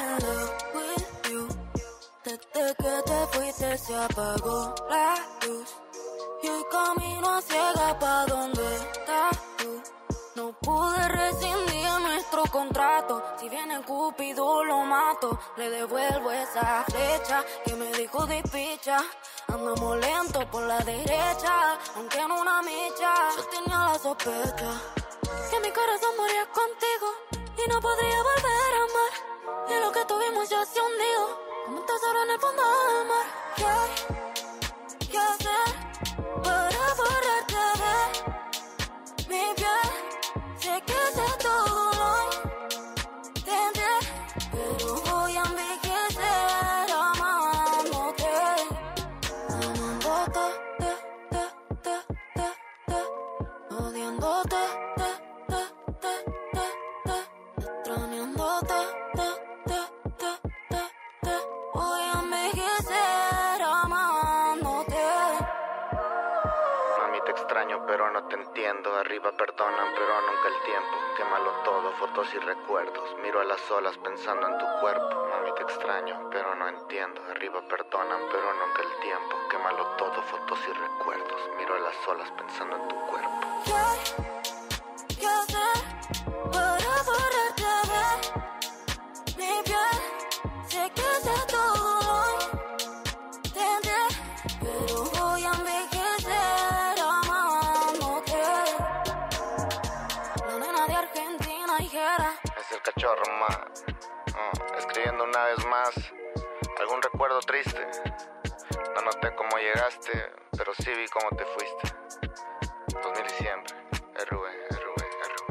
K: Desde que te fuiste se apagó la luz Y hoy camino a ciega pa' donde estás tú No pude rescindir nuestro contrato Si viene Cupido lo mato Le devuelvo esa flecha que me dijo despicha Andamos lento por la derecha Aunque en una mecha Yo tenía la sospecha Que mi corazón moría contigo Y no podría volver a amar Y lo que tuvimos ya se hundió como un tesoro en el fondo del mar. ¿Qué hay que hacer para borrarte de mi piel? Sé que sé todo lo tendré, pero voy a envejecer amándote. Amándote, te, te, te, te, te. Odiándote, te, te, te, te, te. Extrañándote, te, te, te, te, te. Voy a envejecer amándote.
J: Mami, te extraño, pero no te entiendo. Arriba perdonan, pero nunca el tiempo. Quémalo todo, fotos y recuerdos. Miro a las olas pensando en tu cuerpo. Mami, te extraño, pero no entiendo. Arriba perdonan, pero nunca el tiempo. Quémalo todo, fotos y recuerdos. Miro a las olas pensando en tu cuerpo.
K: ¿Qué hay que hacer para borrarte de mi piel? Sé que sé todo hoy, tendré, pero voy a envejecer amándote. La nena de Argentina ligera.
J: Es el cachorro, ma. Mm, escribiendo una vez más. Algún recuerdo triste. No noté cómo llegaste, pero sí vi cómo te fuiste. 2000 y siempre. RV, RV, RV,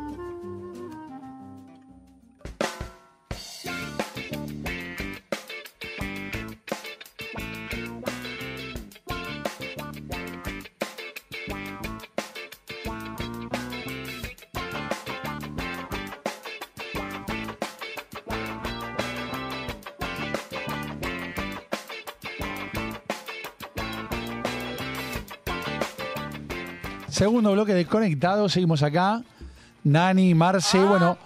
E: Segundo bloque de conectados, seguimos acá. Nani, Marce,
F: Ah.
E: bueno,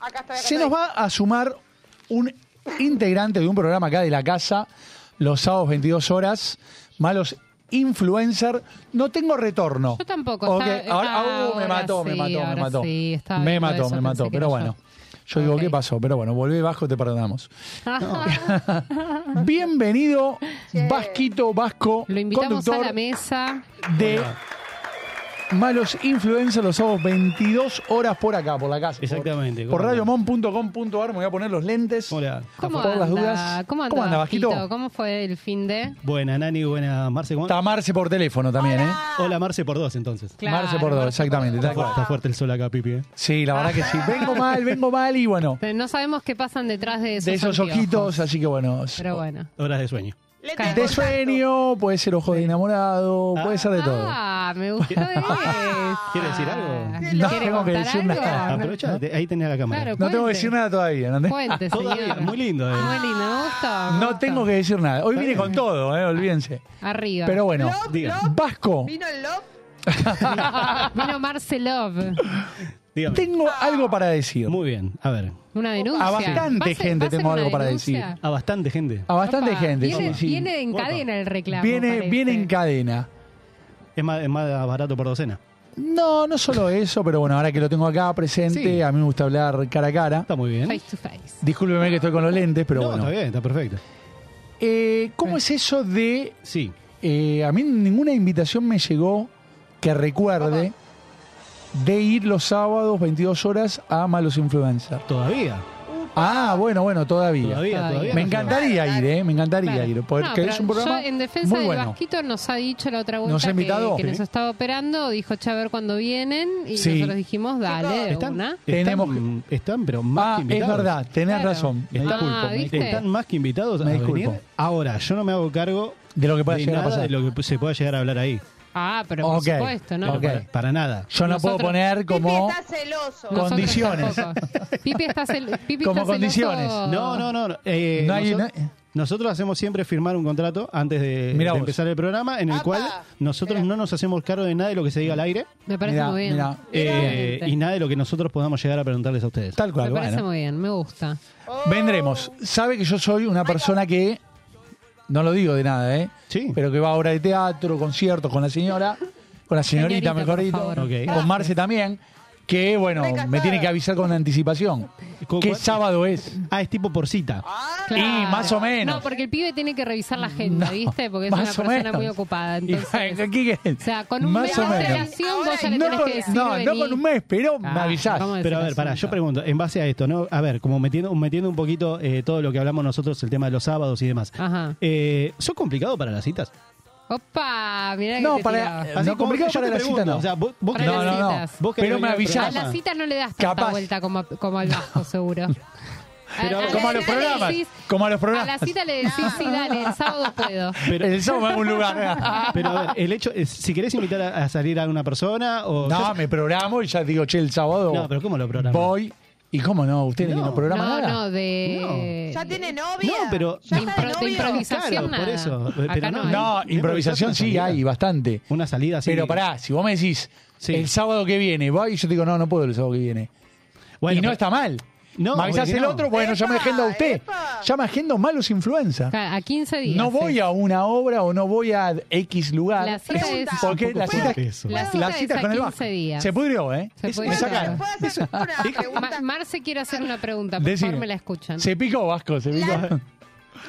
G: Acá está. acá
E: se
G: estoy.
E: nos va a sumar un integrante de un programa acá de la casa, los sábados 22 horas, malos influencer, no tengo retorno.
F: Yo tampoco.
E: Ok,
F: está-
E: ahora,
F: está-
E: uh, me mató,
F: ahora
E: me
F: sí,
E: mató, me
F: ahora
E: mató.
F: sí, estaba
E: me
F: viendo
E: mató,
F: eso,
E: me
F: pensé
E: mató,
F: que
E: pero
F: era
E: bueno. Yo,
F: yo.
E: digo,
F: Ok.
E: ¿qué pasó? Pero bueno, volvé bajo, te perdonamos. Bienvenido, Vasquito Vasco,
F: Lo invitamos
E: conductor
F: a la mesa.
E: de Malos Influencers los sábados 22 horas por acá, por la casa. por-
L: Exactamente, ¿cómo
E: Por,
L: anda?
E: radiomon.com.ar me voy a poner los lentes.
L: Hola.
F: ¿Cómo
E: por
F: anda?
E: las dudas.
F: ¿Cómo anda,
E: Vasquito?
F: Vasquito? ¿Cómo fue el fin de?
L: Buena, Nani, buena, Marce. ¿cómo-
E: Está Marce por teléfono también, ¿eh?
L: Hola, Marce por dos, entonces.
F: Claro,
E: Marce por dos, exactamente. tal
L: Está, fu-
E: cual.
L: está fuerte el sol acá, Pipi. ¿eh?
E: Sí, la verdad que sí. Vengo mal, vengo mal y bueno,
F: Pero no sabemos qué pasan detrás de esos,
E: de esos
F: anteojos.
E: ojitos, así que bueno.
F: Pero bueno.
L: Horas de sueño.
G: Le tengo
F: Cae.
E: De
G: un dato.
E: sueño, puede ser ojo de enamorado, puede ser de todo.
F: Ah, ¡Epa! Me gustó
E: Ah,
F: eso.
L: ¿Quiere decir algo?
F: No, ¿Quiere
E: tengo que
F: contar
E: decir
F: algo?
E: nada.
F: No.
L: Aprovecha, te- ahí tenés la cámara. Ah,
F: Claro,
E: No tengo que
F: cuente.
E: decir nada todavía, ¿no?
F: Cuente, Ah,
L: Todavía,
F: señor.
L: muy lindo. eh.
F: Muy lindo, me gustó. me
E: No
F: gustó.
E: tengo que decir nada. Hoy vine con todo, eh, olvídense.
F: Arriba.
E: Pero bueno,
L: Diga.
E: Vasco,
G: ¿Vino el Lop?
F: Vino Marcelov.
L: Dígame.
E: tengo algo para decir.
L: Muy bien, a ver.
F: Una denuncia.
E: A bastante
F: ¿Vas a-
E: gente
F: vas a
E: tengo
F: una
E: algo para
F: denuncia?
E: decir.
L: A bastante gente.
E: A bastante
F: Opa,
E: gente,
F: Viene,
E: sí, sí.
F: viene en cadena el reclamo.
E: Viene,
F: parece.
E: viene en cadena.
L: Es más, es más barato por docena.
E: No, no solo eso, pero bueno, ahora que lo tengo acá presente,
L: Sí.
E: a mí me gusta hablar cara a cara.
L: Está muy bien.
F: Face to face.
E: Discúlpeme que estoy con los lentes, pero
L: no,
E: bueno.
L: está bien, está perfecto.
E: Eh, ¿Cómo es eso de...
L: Sí.
E: eh, a mí ninguna invitación me llegó que recuerde de ir los sábados 22 horas a Malos Influencers.
L: Todavía.
E: Ah, bueno, bueno, todavía.
L: Todavía,
F: Todavía.
L: todavía.
E: Me encantaría ir, ¿eh? Me encantaría
F: Claro.
E: ir, porque
F: No, pero
E: es un programa
F: yo, en defensa
E: muy
F: de
E: bueno.
F: Vasquito nos ha dicho la otra vuelta
E: ¿Nos ha
F: que-
E: invitado?
F: que,
E: Sí.
F: nos estaba operando, dijo, che, a ver cuando vienen, y
E: Sí.
F: nosotros dijimos, dale, de
L: Están,
F: una.
E: Tenemos
L: están, están, pero más
E: Ah,
L: que
E: es
L: invitados.
E: verdad, tenés
F: Claro.
E: razón.
L: Me
F: Ah,
L: disculpo, me
F: ¿viste?
L: disculpo. Están más que invitados
E: Me
L: a
E: disculpo.
L: venir. Ahora, yo no me hago cargo
E: De lo que pueda
L: de
E: llegar a
L: nada
E: pasar.
L: de lo que se pueda llegar a hablar ahí.
F: Ah, pero por
E: Ok,
F: supuesto, ¿no?
E: ok.
L: Para, para nada.
E: Yo no puedo
F: Nosotros-
E: poner como...
G: Pipi está celoso.
F: Nosotros
E: Condiciones.
F: tampoco. Pipi está, cel- Pipi
E: Como
F: está
E: condiciones.
F: celoso.
L: No, no, no. no. Eh,
E: No hay-
L: nosot-
E: no hay-
L: Nosotros hacemos siempre firmar un contrato antes de,
E: Mirá
L: de
E: vos.
L: empezar el programa en el
G: Apa.
L: cual nosotros no nos hacemos cargo de nada de lo que se diga al aire
F: Me parece
E: Mirá,
F: muy bien.
E: mirá.
L: eh,
F: Realmente.
L: y nada de lo que nosotros podamos llegar a preguntarles a ustedes.
E: Tal
F: Me
E: cual,
F: parece
E: bueno.
F: muy bien, me gusta.
E: Vendremos. Sabe que yo soy una persona que... No lo digo de nada, ¿eh?
L: Sí.
E: Pero que va a obra de teatro, conciertos con la señora, con la señorita,
F: Señorita,
E: mejor
F: por
E: dicho,
F: favor.
L: Ok.
E: con Marce también, que bueno,
G: Recasada.
E: me tiene que avisar con anticipación.
L: ¿Con
E: ¿Qué
L: cuál?
E: sábado es? Ah.
L: Ah, es tipo por cita.
E: Y más o menos.
F: No, porque el pibe tiene que revisar la agenda,
E: No,
F: ¿viste? Porque es una
E: más o
F: persona
E: menos.
F: muy ocupada.
E: Y,
F: Entonces,
E: ¿qué es?
F: o sea, con un
E: Más
F: mes
E: o
F: de
E: menos.
F: antelación vos ya le
E: No,
F: tenés
E: con,
F: que decir.
E: no,
F: vení.
E: no con un mes, pero me
F: Ah,
E: avisás.
F: vamos
L: Pero a
F: decir
L: ver, pará, yo
F: asunto.
L: pregunto, en base a esto, ¿no? A ver, como metiendo, metiendo un poquito eh, todo lo que hablamos nosotros, el tema de los sábados y demás.
F: Ajá.
L: Eh, ¿Son complicados para las citas?
F: Opa, mirá que
E: No,
F: te
E: para-
F: tiraba.
E: eh, No,
L: como
E: complicado
L: yo
E: para
L: te
E: la cita,
L: pregunto,
E: no.
L: O sea, vos, vos
F: Para
L: querés-
E: No,
F: las
E: no, no.
F: citas.
L: Vos querés
E: Pero me
L: venir al
F: A
E: avisás.
L: programa.
F: la cita no le das tanta
E: Capaz.
F: vuelta como, a- como al vasco, seguro. A-
L: Pero-
F: la
E: Como a los
F: cita le
E: programas.
F: decís-
E: Como a los
F: A la
E: programas.
F: cita le decís, sí, dale, el sábado puedo.
L: Pero-
E: El sábado es un lugar.
L: Pero a ver, el hecho es, si querés invitar a, a salir a una persona o...
E: No,
L: yo-
E: me programo y ya digo, che, el sábado
L: No, pero ¿cómo lo programas?
E: voy. ¿Y cómo no? ¿Ustedes que
L: No.
E: no programan
F: No,
E: nada?
F: no, de...
G: ¿Ya tiene novia?
L: No, pero-
G: ¿Ya
L: de
G: está de
F: impro- de
G: novio?
F: improvisación.
L: Claro,
F: nada.
L: por eso.
F: Acá
L: Pero
F: no
L: no,
F: hay.
E: No,
L: no
E: improvisación
L: improvisás
E: sí
L: una
E: hay
L: salida.
E: bastante.
L: Una salida así.
E: Pero pará, Ah, si vos me decís
L: Sí.
E: el sábado que viene, voy y yo te digo, no, no puedo el sábado que viene.
L: Bueno,
E: y no
L: pero-
E: está mal.
L: No,
E: No, me avisás
L: porque
E: el
L: no.
E: otro, bueno, ya me
G: Epa,
E: agenda usted.
G: epa.
E: Ya me agenda malos influenza.
F: A 15 días.
E: No voy
F: es.
E: a una obra o no voy a X lugar.
F: La cita
E: Es-
F: es-
E: Porque la
L: ¿Puedo
E: cita,
L: hacer eso?
F: La cita es a
E: con el
F: 15
E: bajo.
F: días.
E: Se pudrió, ¿eh?
F: Se
E: Es-
F: pudrió.
E: Me
G: Bueno,
E: sacaron.
G: ¿puedo hacer una
F: Ma-
G: pregunta?
F: Marce quiere hacer una pregunta, por
E: Decime.
F: favor me la escuchan.
E: Se picó, Vasco, se picó.
G: La-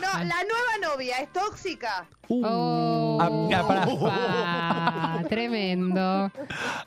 G: No, la nueva novia es tóxica.
F: Oh,
E: Ah, ah, pará.
F: pa, tremendo.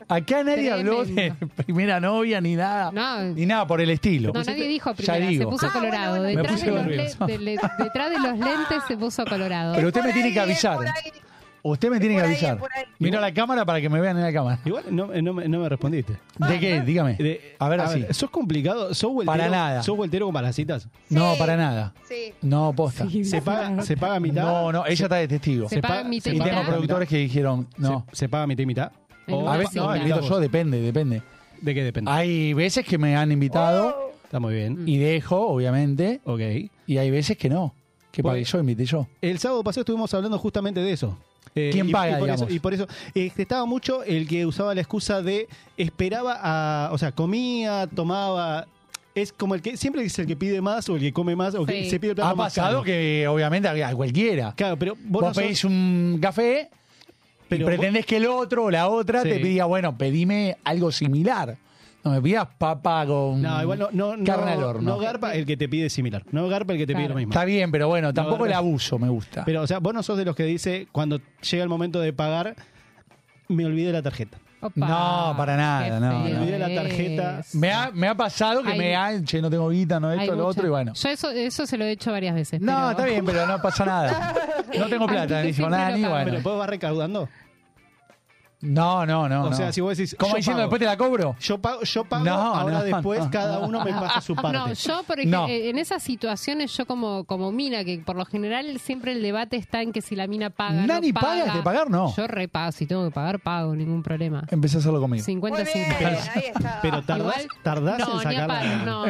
E: Acá nadie habló de
F: Tremendo.
E: primera novia ni nada.
F: No.
E: Ni nada por el estilo.
F: No, nadie dijo
E: Ya
F: primero, se
E: digo.
F: puso
G: Ah,
F: colorado.
G: bueno, bueno.
E: Me
F: Detrás
E: puse
F: de, los le-
E: nervioso.
F: de le- detrás de los lentes se puso colorado.
E: Pero
G: Es
E: usted me
G: por
E: tiene que
G: ahí, es
E: avisar.
G: por ahí.
E: Usted me tiene que
G: por ahí,
E: avisar.
G: por ahí.
E: Miro la cámara para que me vean en la cámara.
L: Igual no, no me- no me respondiste. Ah,
E: ¿De qué? Dígame.
L: De-
E: a ver, así.
L: ¿Sos complicado? ¿Sos vueltero?
E: Para nada.
L: ¿Sos vueltero con las citas?
E: No,
G: Sí.
E: para nada.
G: Sí.
E: No, posta.
L: ¿Se paga, se paga mitad?
E: No, no, ella está de testigo.
F: Se
L: se
F: paga
L: paga-
F: mi
L: se
E: Y
L: paga
E: tengo
L: mitad.
E: productores que dijeron, no.
L: ¿Se, se paga mitad y mitad?
F: En una
E: A veces,
F: cita.
E: no,
L: invitás
E: invito
L: vos.
E: yo, depende, depende.
L: ¿De qué depende?
E: Hay veces que me han invitado
L: Está muy bien.
E: y dejo, obviamente,
L: Ok.
E: y hay veces que no. Que
L: Bueno.
E: pagué yo, invité yo.
L: El sábado pasado estuvimos hablando justamente de eso. Eh,
E: ¿Quién
L: y-
E: paga,
L: y por
E: digamos?
L: eso, y por eso eh, estaba mucho el que usaba la excusa de esperaba a, o sea, comía, tomaba, es como el que siempre es el que pide más o el que come más o que
F: Sí.
L: se pide el plato
E: Ha
L: más
E: pasado
L: caro.
E: que, obviamente, a cualquiera.
L: Claro, pero vos,
E: Vos,
L: no sos-
E: pedís un café
L: Pero
E: y
L: vos-
E: pretendés que el otro o la otra
L: Sí.
E: te diga, bueno, pedime algo similar. No me pidas papa con
L: no, igual no, no, no-
E: Mm. carne al horno.
L: no garpa el que te pide similar, no garpa el que te pide
F: Claro.
L: lo mismo.
E: Está bien, pero bueno, tampoco el
L: garpa.
E: abuso me gusta.
L: Pero, o sea, vos no sos de los que dice cuando llega el momento de pagar, me olvidé la tarjeta.
F: Opa,
E: No, para nada,
F: qué
E: no,
F: feo
E: no.
L: Olvidé la tarjeta.
F: es.
E: me, ha, me ha pasado que
F: Hay-
E: me han, che, no tengo guita, no
F: Hay
E: esto, lo
F: mucha-
E: otro, y bueno.
F: Yo eso, eso se lo he hecho varias veces.
E: No,
F: pero-
E: está bien, pero no pasa nada. No tengo plata,
F: Antes
E: ni digo
F: siempre
E: nada,
F: lo
E: ni
F: pago.
E: bueno.
L: Pero vos vas recaudando.
E: No, no, no.
L: o
E: no.
L: sea, si vos decís.
E: Como
L: yo
E: diciendo,
L: pago.
E: después te la cobro.
L: Yo pago, yo pago
E: No,
L: ahora
E: no,
L: después
E: no.
L: cada uno me pasa su parte.
F: Ah, No, yo, por ejemplo, en esas situaciones, yo como, como mina, que por lo general siempre el debate está en que si la mina paga.
E: Nani
F: no
E: paga, de pagar no.
F: Yo repago, si tengo que pagar, pago, ningún problema.
E: Empecé a hacerlo conmigo.
F: 50
L: Pero tardás,
F: Igual-
L: tardás
F: No,
L: en
F: ni a
L: sacar
F: palo,
L: la-
F: no,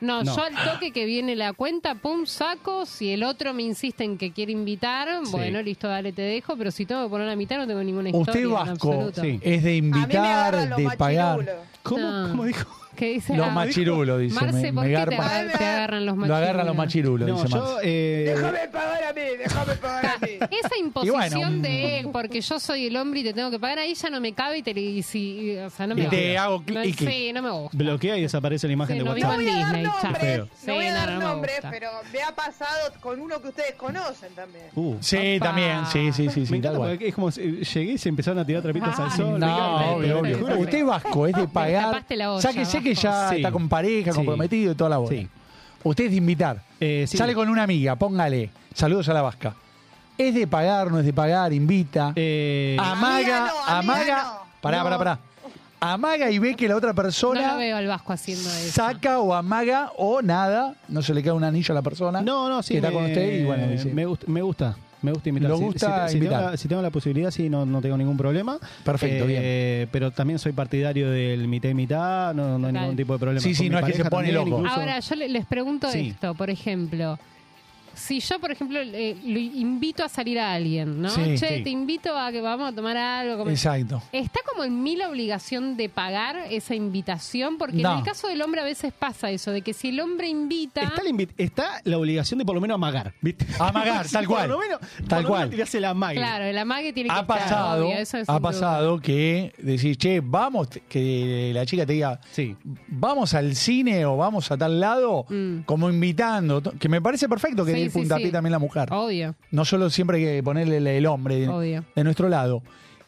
F: No, yo al toque que viene la cuenta, pum, saco. Si el otro me insiste en que quiere invitar,
E: Sí.
F: bueno, listo, dale, te dejo. Pero si tengo que poner la mitad, no tengo ninguna historia.
E: Usted
F: en
E: vasco Eh,
F: absoluto.
E: es de invitar, de pagar.
F: ¿Cómo,
L: dijo?
F: ¿Qué dice?
E: Los
F: Ah,
E: machirulos, dice.
F: Marce,
E: me,
F: ¿por
E: me
F: qué
E: garpa.
F: te, agar- te agarran los
E: Lo
F: machirulos?
E: agarran los machirulos,
L: No,
E: dice
L: yo,
E: Marce.
L: eh,
G: pagar a mí, déjame pagar a mí.
F: Esa
E: Y
F: imposición
E: bueno, mm.
F: de él, porque yo soy el hombre y te tengo que pagar, ahí ya no me cabe y te y si, y, o sea, no me
L: Y te
F: gusta.
L: hago clic
F: No,
L: y clic.
F: Sí, no me gusta.
L: Bloquea y desaparece la imagen
F: Sí,
L: de
F: no vivo
L: WhatsApp.
F: en Disney,
L: Qué
F: chao.
L: feo.
F: Sí,
G: No voy a
F: no,
G: dar
F: no me
G: nombres,
F: gusta.
G: pero me ha pasado con uno que ustedes conocen también.
L: Uh.
E: Sí, también. Sí, sí, sí,
L: Me
E: sí, tal
L: encanta
E: cual.
L: porque es como si- llegué y se empezaron a tirar trapitos
F: Ah,
L: al sol. Me encanta.
E: No, obvio,
L: Te
E: obvio.
L: juro que-
E: Usted es vasco, es de pagar.
F: tapaste la olla,
E: Ya que sé que ya
L: vasco.
E: está con pareja,
L: Sí.
E: comprometido y toda la bola.
L: Sí.
E: Usted es de invitar.
L: Eh, sí.
E: Sale con una amiga, póngale. Saludos a la vasca. ¿Es de pagar, no es de pagar? Invita.
L: Eh,
E: amaga,
G: Amiga no, amiga
E: amaga.
G: no.
E: Pará, pará, pará. Amaga y ve que la otra
F: No
E: persona
F: lo veo al Vasco haciendo eso.
E: saca o amaga o nada. No se le cae un anillo a la persona.
L: No, no, sí.
E: Que está con
L: me-
E: usted y bueno, dice.
L: me, gust- me gusta. Me gusta invitar.
E: Lo
L: Si-
E: gusta
L: si, te- si
E: invitar.
L: tengo la, si tengo la posibilidad, sí, no, no tengo ningún problema. Eh,
E: Perfecto,
L: bien. Pero también soy partidario del mitad y mitad, no, no
F: Total.
L: hay ningún tipo de problema.
E: Sí, sí,
L: Con mi
E: no es que se
L: pareja
E: pone
L: también,
E: loco.
L: incluso.
F: Ahora, yo le- les pregunto
L: Sí.
F: esto, por ejemplo. Si yo, por ejemplo, le- lo invito a salir a alguien, ¿no?
E: Sí,
F: che,
E: sí.
F: te invito a que vamos a tomar algo. como-
E: Exacto.
F: ¿Está como en mí la obligación de pagar esa invitación? Porque
E: No.
F: en el caso del hombre a veces pasa eso, de que si el hombre invita...
L: Está la, invi- está la obligación de por lo menos amagar, ¿viste?
E: Amagar, tal cual.
L: Por lo menos, por
E: Tal
L: lo
E: cual.
L: menos tirarse la amague.
F: Claro, el amague tiene que
E: ha
F: estar,
E: pasado,
F: obvio, eso es
E: ha
F: sin duda.
E: pasado que decís, che, vamos, que la chica te diga,
L: Sí.
E: vamos al cine o vamos a tal lado,
F: Mm.
E: como invitando, to- que me parece perfecto que
F: Sí,
E: dé el
F: sí,
E: puntapié
F: sí.
E: también la mujer.
F: Obvio,
E: No solo siempre hay que ponerle el- el hombre de,
F: obvio.
E: de nuestro lado.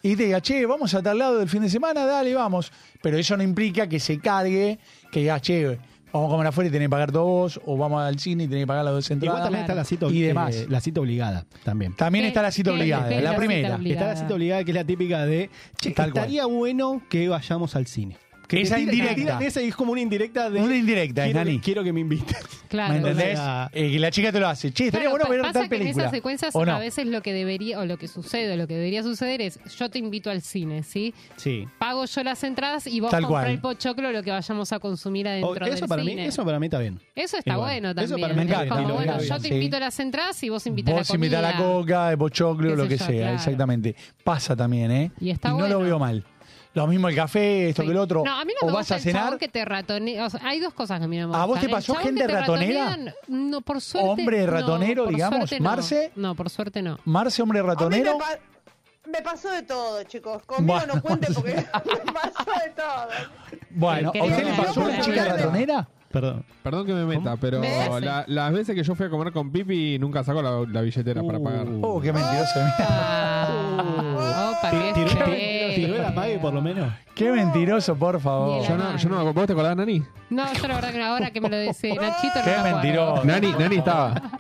E: Y te diga, che, vamos a tal lado del fin de semana, dale, vamos. Pero eso no implica que se cargue, que digas, che, vamos a comer afuera y tenés que pagar todos vos, o vamos al cine y tenés que pagar las dos entradas.
L: Igual también está la cita,
E: Y
L: eh,
E: demás.
L: la cita obligada también.
E: También
F: ¿Qué-
E: está la cita
F: qué-
E: obligada,
F: qué es
E: la,
F: la cita
E: primera.
F: obligada?
L: Está la cita obligada, que es la típica de, che,
E: Tal cual.
L: estaría bueno que vayamos al cine. Que
E: Esa
L: te tiran-
E: indirecta.
L: te tiran Esa y es como una indirecta de...
E: Una indirecta, es
L: quiero,
E: Nani.
L: que, quiero que me invites.
F: Claro.
E: ¿Me entendés?
L: O sea-
E: Eh, que la chica te lo hace. Che, estaría
F: Claro,
E: bueno
F: pa-
E: ver
F: pasa
E: tal
F: que En
E: película.
F: esas secuencias
E: ¿O no?
F: a veces lo que debería, o lo que sucede, o lo que debería suceder es, yo te invito al cine, ¿sí?
L: Sí.
F: Pago yo las entradas y vos
E: Tal
F: comprá
E: cual.
F: el pochoclo lo que vayamos a consumir
L: O-
F: adentro
L: Oh, eso
F: del
L: para
F: cine.
L: mí, eso para mí está bien.
F: Eso está
L: Igual.
F: bueno
L: Eso
F: también.
L: para mí
E: me encanta,
F: Como,
E: me
F: bueno,
E: encanta,
F: yo te
E: sí.
F: invito las entradas y vos invitas la
E: Vos invitás la
F: comida.
E: coca, el pochoclo,
F: Qué
E: lo
F: sé
E: que
F: yo,
E: sea,
F: claro.
E: exactamente. Pasa también, ¿eh?
F: Y está
E: no lo
F: bueno.
E: veo mal. Lo mismo el café, esto
F: Sí.
E: que el otro.
F: No, a mí no
E: o
F: me
E: vas
F: gusta
E: a
F: el chabón
E: cenar,
F: que te ratonea. O sea, hay dos cosas que a mí no me
E: ¿A vos
F: gustan.
E: te
F: El
E: pasó
F: chabón
E: gente
F: que te
E: ratonera?
F: ratonean, No, por suerte.
E: ¿Hombre
F: no,
E: ratonero,
F: por
E: digamos?
F: suerte no.
E: ¿Marce?
F: No, por suerte no.
E: Marce, hombre
G: A mí me,
E: ratonero.
G: pa- me pasó de todo, chicos. Conmigo
E: Bueno.
G: no cuenten porque me pasó de todo.
E: Bueno, ¿a
F: Querés
E: usted le
F: hablar
E: pasó
F: de
E: una
F: la
E: chica
F: verdad.
E: ratonera?
L: Perdón.
H: Perdón que me meta, pero
G: ¿Ves?
H: la- las veces que yo fui a comer con Pipi nunca saco la, la billetera para pagar.
L: Uh.
E: Oh, qué mentirosa, mira.
F: Ah, opa,
L: Ti-
F: qué
L: Oh, tiró- ti-
F: feo.
L: Tiró el amague por lo menos.
E: Qué mentiroso, por favor.
H: Yo no, yo no me acuerdo. ¿Vos te acordás, Nani?
F: No, yo la verdad que ahora que me lo dice Nachito no
E: Qué
F: me acuerdo.
E: mentiroso.
H: Nani, Nani estaba.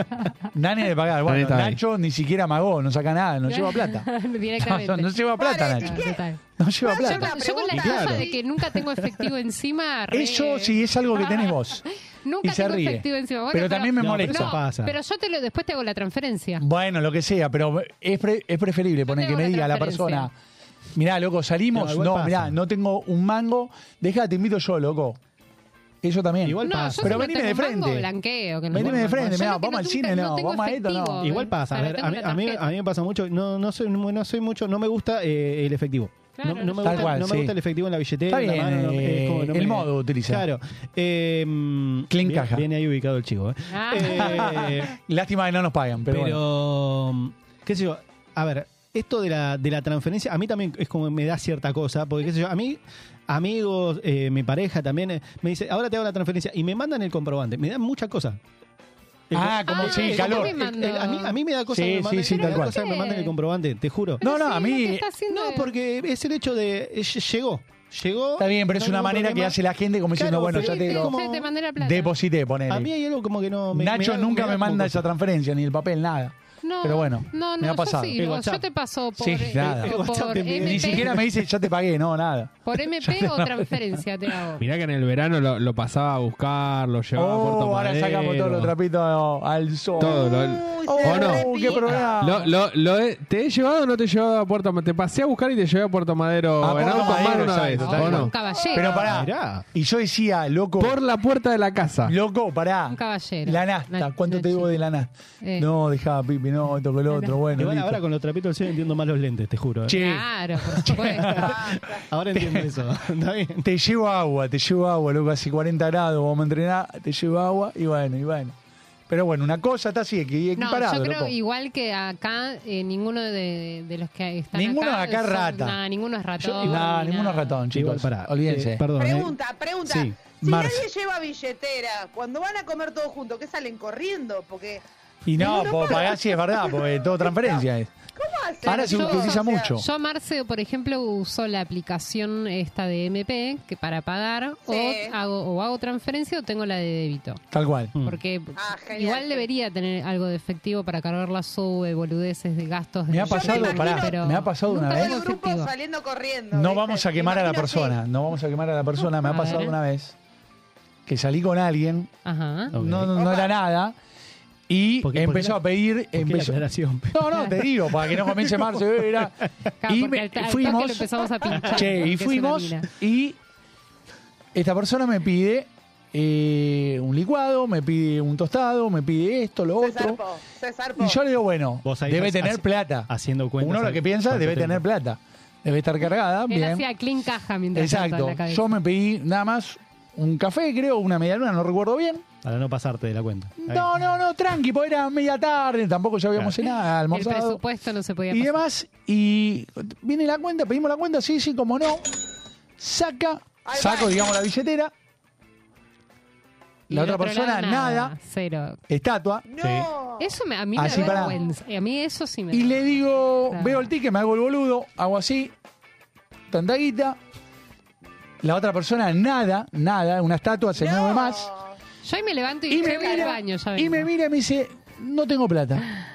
E: Nani de pagar.
H: Nani
E: Bueno,
H: está ahí.
E: Nacho ni siquiera magó, no saca nada, no lleva plata.
F: Directamente.
E: No, no lleva plata,
G: Vale,
E: Nacho.
F: Ah, total.
E: No lleva
G: Bueno,
E: plata.
G: Una
F: Yo con la
G: pregunta.
F: excusa
H: Claro.
F: de que nunca tengo efectivo encima. re-
E: Eso sí es algo que tenés vos.
F: Nunca
E: y se
F: tengo
E: ríe.
F: efectivo encima. Bueno,
E: pero, también me
L: No, pero
E: molesta.
L: eso pasa.
F: Pero yo te lo, después te hago la transferencia.
E: Bueno, lo que sea, pero es, pre- es preferible poner que
F: tengo
E: me
F: la
E: diga la
F: transferencia.
E: persona, mirá, loco,
L: No,
E: salimos, no,
L: igual pasa.
E: mirá, no tengo un mango, deja, te invito yo, loco. Eso también.
L: Igual
F: No,
L: pasa.
F: yo si
E: Pero
F: no
E: venime
F: tengo
E: de
F: un mango,
E: frente.
F: blanqueo, que no
E: Venime
F: tengo
E: de
F: mango.
E: frente,
F: Yo
E: mirá,
F: lo que
E: vamos al
F: tengo-
E: cine, no,
F: tengo
E: vamos a esto, no.
F: efectivo,
L: Igual pasa, a,
F: o sea,
L: ver,
F: tengo
L: a mí,
F: la
L: a mí-
F: tarjeta.
L: a mí me pasa mucho, no, no, soy, no soy mucho, no me gusta eh, el efectivo.
F: Claro,
L: no, no me,
E: Tal
L: gusta,
E: cual,
L: no me
E: sí.
L: gusta el efectivo en la billetera.
E: Está
L: en la mano,
E: bien,
L: no me- es como no
E: eh, el
L: me-
E: modo utiliza.
L: Claro. Eh, mm,
E: Clean
L: bien-
E: caja.
L: Viene ahí ubicado el chico. eh.
F: Ah.
L: Eh,
E: Lástima que no nos pagan, pero,
L: pero,
E: bueno.
L: mm, qué sé yo, a ver, esto de la, de la transferencia, a mí también es como me da cierta cosa, porque qué sé yo, a mí, amigos, eh, mi pareja también, eh, me dice, ahora te hago la transferencia, y me mandan el comprobante, me dan muchas cosas.
E: Ah, como
F: Ah,
E: sí,
F: yo
E: calor.
F: también me-
L: El- el- a, mí, a mí me da cosa
E: Sí,
L: que me
E: sí,
L: manden-
E: sí,
L: me
E: tal
L: da
E: cual.
L: cosa que me manden el comprobante, te juro.
E: No, no, a
F: Sí, lo que
E: mí
F: está haciendo
L: No,
F: es-
L: porque es el hecho de. eh, Llegó. Llegó.
E: está bien, pero
L: no
E: es una
L: hay ningún
E: manera que
L: problema.
E: hace la gente como diciendo,
L: Claro,
E: bueno,
L: pero
E: ya te
L: es
F: Sí,
E: lo
L: como-
F: sí, te mandé la plata.
E: deposité,
L: A
E: ponele.
L: mí hay algo como que no.
E: Nacho
L: da-
E: nunca
L: da
E: me
L: como
E: manda
L: cosa.
E: esa transferencia, ni el papel, nada.
F: No,
E: Pero bueno,
F: no, no,
E: me ha
F: yo
E: pasado.
F: sí, no, yo te paso por,
E: Sí,
F: eh,
E: nada.
F: por- por
E: Ni siquiera
F: MP,
E: me dice ya te pagué, no, nada.
F: por MP o transferencia te hago.
H: Mirá que en el verano lo, lo pasaba a buscar, lo llevaba a Puerto
E: Oh, ahora
H: Madero.
E: sacamos todos los trapitos al sol.
H: Todo, lo-
E: oh,
H: no.
E: qué programa.
H: Lo- lo- lo he- ¿Te he llevado o no te he llevado a Puerto Madero? Te pasé a buscar y te llevé a Puerto Madero
E: A
H: en
E: Puerto
H: auto a mano
E: Madero,
H: una vez.
E: exacto,
H: ¿o
E: tal
H: no?
E: cual.
L: Ah,
F: caballero.
E: Pero pará. Y yo decía, loco.
H: Por la puerta de la casa.
E: Loco, pará.
F: Un caballero.
E: La nasta. ¿Cuánto te digo de la nasta?
F: Eh.
E: No, dejaba Pipi, no, esto con lo otro. Bueno,
L: Igual
E: listo.
L: ahora con los trapitos del cielo entiendo más los lentes, te juro. ¿eh?
E: Che.
F: Claro, por supuesto.
L: Ahora entiendo eso. Está bien.
E: Te llevo agua, te llevo agua, loco, hace 40 grados, vamos a entrenar, te llevo agua y bueno, y bueno. Pero bueno, una cosa está así, que
F: No,
E: equiparado,
F: yo creo
E: loco.
F: igual que acá, eh, ninguno de, de los que están
E: Ninguno
F: acá...
E: de acá es
F: son-
E: rata.
F: nah, ninguno es ratón.
E: Yo-
F: ni
E: nah,
F: nada.
E: ninguno es ratón, chicos.
L: Igual, pará,
E: Olvídense.
L: eh, perdón, eh.
G: Pregunta, pregunta.
L: Sí,
G: si
E: Marce.
G: nadie lleva billetera, cuando van a comer todos juntos, ¿qué salen corriendo? Porque,
E: Y no,
G: Ninguno
E: pues
G: paga.
E: pagar sí es verdad, porque todo transferencia es.
G: ¿cómo hacen?
E: Ahora se
G: Yo-
E: utiliza
G: o sea,
E: mucho.
F: Yo, Marce, por ejemplo, uso la aplicación esta de MP que para pagar
G: Sí.
F: o, hago, o hago transferencia o tengo la de débito.
E: Tal cual.
F: Porque
G: Ah, genial.
F: igual debería tener algo de efectivo para cargar la sube, boludeces de gastos.
E: Me
F: de-
E: ha pasado,
F: Pero
E: pará, me ha pasado una
F: nunca
E: vez.
G: Todo
F: tengo
G: el grupo
F: efectivo.
G: saliendo corriendo.
E: No
G: ¿viste?
E: vamos a
G: Me
E: quemar a la
G: imagino así.
E: persona, no vamos a quemar a la persona. Me ha
F: A
E: pasado
F: ver.
E: una vez que salí con alguien,
F: Ajá.
L: Ok.
E: no, no
G: Opa.
E: era nada, y
L: ¿Por qué- por qué
E: empezó
L: la-
E: a pedir...
L: ¿Por qué la
E: empezó-
L: aclaración?
E: No, no, te digo, para que no comience marzo. eh, Era,
F: Claro,
E: y
F: porque
E: me-
F: al ta- al toque lo
E: fuimos,
F: empezamos a pinchar,
E: che,
F: porque
E: y
F: es una
E: fuimos
F: mina.
E: y esta persona me pide eh, un licuado, me pide un tostado, me pide esto, lo
G: Se
E: otro.
G: zarpó, se zarpó.
E: Y yo le digo, bueno,
L: Vos ahí
E: debe
L: vas
E: tener
L: haci-
E: plata.
L: haciendo cuentas
E: Uno lo
L: al-
E: que piensa,
L: cuánto
E: debe
L: tengo.
E: tener plata. Debe estar cargada,
F: Él
E: bien.
F: hacía clean caja mientras tanto en
E: Exacto.
F: la cabeza.
E: Yo me pedí nada más un café, creo, una media luna, no recuerdo bien.
L: Para no pasarte de la cuenta. Está bien.
E: No, no, no, tranqui, porque era media tarde, tampoco ya habíamos cenado,
F: El
E: almorzado
F: presupuesto no se podía
E: y
F: pasar.
E: demás. Y viene la cuenta, pedimos la cuenta, sí, sí, como no. Saca,
G: Ahí
E: saco,
G: va.
E: digamos, la billetera.
F: Y
E: La
F: del
E: otra
F: otro lado,
E: persona, nada.
F: Cero.
E: Estatua.
G: No.
F: Eso me, a mí me
E: Así,
F: da
E: pará.
F: vergüenza. Eh, A mí eso sí me
E: Y
F: da
E: le digo,
F: Claro.
E: veo el ticket, me hago el boludo, hago así, tanta guita. La otra persona, nada, nada, una estatua, se mueve más.
F: Yo ahí me levanto y,
E: Y me,
F: me voy al
E: mira,
F: baño, ya
E: y
F: vengo.
E: me mira y me dice, no tengo plata.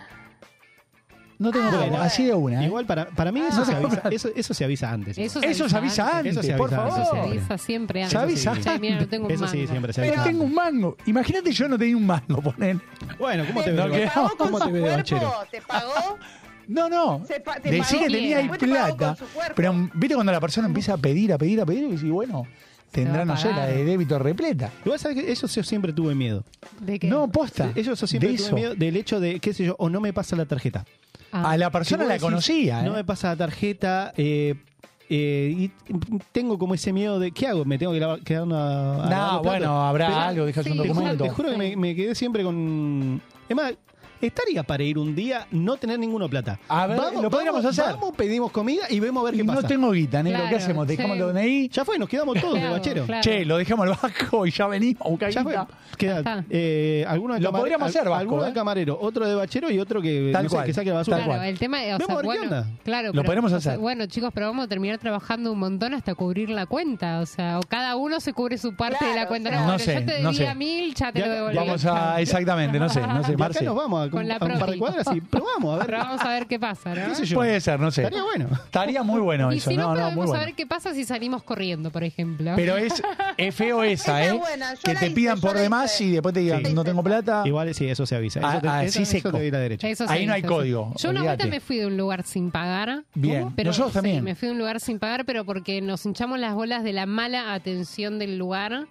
E: No tengo plata.
L: bueno.
E: Así de una. ¿eh?
L: Igual para, para mí eso, se avisa, eso, eso se avisa antes.
F: Eso se
E: Eso se avisa antes,
L: Eso se
E: por
L: avisa, eso
E: favor.
L: se
F: Se avisa siempre antes.
E: Se avisa
F: Che, mira, no tengo un
L: Eso sí,
F: mango.
L: siempre se
E: No
L: avisa.
E: tengo un mango. Imagínate yo no tenía un mango, ponen.
L: Bueno, ¿cómo te
E: No,
L: veo?
E: que-
G: Te pagó con
L: ¿Cómo
G: su
L: te veo, Chero?
G: cuerpo, te pagó.
E: No, no.
G: Se pa- te
E: Decí
G: pagó
E: que tenía ahí
F: bien.
G: Te pagó
E: plata.
G: con su cuerpo. Mm.
E: Pero viste cuando la persona empieza a pedir, a pedir, a pedir, y decís, bueno,
F: va
E: tendrá,
F: a
E: no sé, la
F: pagar.
E: de débito repleta.
L: Igual sabes que eso yo siempre tuve miedo.
F: ¿De qué?
E: No, posta.
L: Eso yo siempre
E: de
L: tuve
E: eso.
L: miedo del hecho de, qué sé yo, o no me pasa la tarjeta.
F: Ah.
E: A la
L: Si
E: persona
L: vos
E: la
L: decís,
E: conocía. ¿eh?
L: No me pasa la tarjeta. eh, eh, y tengo como ese miedo de, ¿qué hago? ¿Me tengo que lavar- quedar una.? a
E: No,
L: lavar los platos?
E: bueno, habrá
L: Pero-
E: algo, dejas un
F: sí,
L: Te ju-
E: documento.
L: Te juro que me, me quedé siempre con. Es más, estaría para ir un día, no tener ninguna plata.
E: A ver, lo podríamos
L: vamos,
E: hacer.
L: Vamos, pedimos comida y vemos a ver qué
E: Y
L: pasa.
E: no tengo guita, negro. ¿Qué
F: Claro,
E: hacemos? ¿Dejamos
F: sí.
E: el DNI?
L: Ya fue, nos quedamos todos de
F: Claro,
L: bachero.
F: claro.
E: Che, lo dejamos al banco y ya venimos a buscar
L: Ya fue.
E: guita.
L: Queda,
F: está.
L: eh, alguno de
E: Lo
L: camare-
E: podríamos hacer, Vasco,
L: Alguno de
E: ¿eh?
L: camarero, otro de bachero y otro que,
E: Tal
L: no sé,
E: cual,
L: que saque la basura.
E: tal
F: Claro,
E: cual.
F: el tema, o
L: Vemos a
F: sea,
L: ver qué
F: bueno,
L: onda.
F: claro,
E: Lo podremos
F: o sea,
E: hacer.
F: bueno, chicos, pero vamos a terminar trabajando un montón hasta cubrir la cuenta, o sea, o cada uno se cubre su parte de la
G: Claro,
F: cuenta.
G: o sea,
E: No
F: bueno,
E: sé,
F: yo te
E: no
F: debía
E: sé.
F: mil, ya te
L: Ya-
F: lo devolví.
E: Vamos
F: Chao.
E: a. Exactamente, no sé, no sé,
L: De acá
E: Marce.
L: nos vamos a,
F: Con la
L: a un par de
F: profi.
L: cuadras y probamos a
F: Pero
L: ver.
F: vamos a ver qué pasa, ¿no?
L: ¿Qué sé yo?
E: Puede ser, no sé.
L: Estaría bueno.
E: Estaría muy bueno
F: y
E: eso.
F: si no,
E: No, no,
F: podemos
E: muy bueno.
F: saber qué pasa si salimos corriendo, por ejemplo.
E: Pero es, es feo esa,
G: Esa es
E: ¿eh?
G: buena, yo
E: que
G: la
E: te
G: hice,
E: pidan
G: yo
E: por
G: la
E: demás
G: hice.
E: y después te digan,
G: Sí.
E: no tengo plata.
L: Igual sí, eso se avisa. Eso
E: Ah,
L: te,
E: ah,
L: eso-
E: sí
L: eso
E: seco.
L: te doy la derecha.
F: Eso
E: Ahí
F: sí,
E: no hay
F: eso
E: código,
F: sí. Yo una vuelta
E: olvídate.
F: me fui de un lugar sin pagar.
E: Bien,
F: Pero,
E: nosotros
F: sí,
E: también.
F: me fui de un lugar sin pagar, pero porque nos hinchamos las bolas de la mala atención del lugar.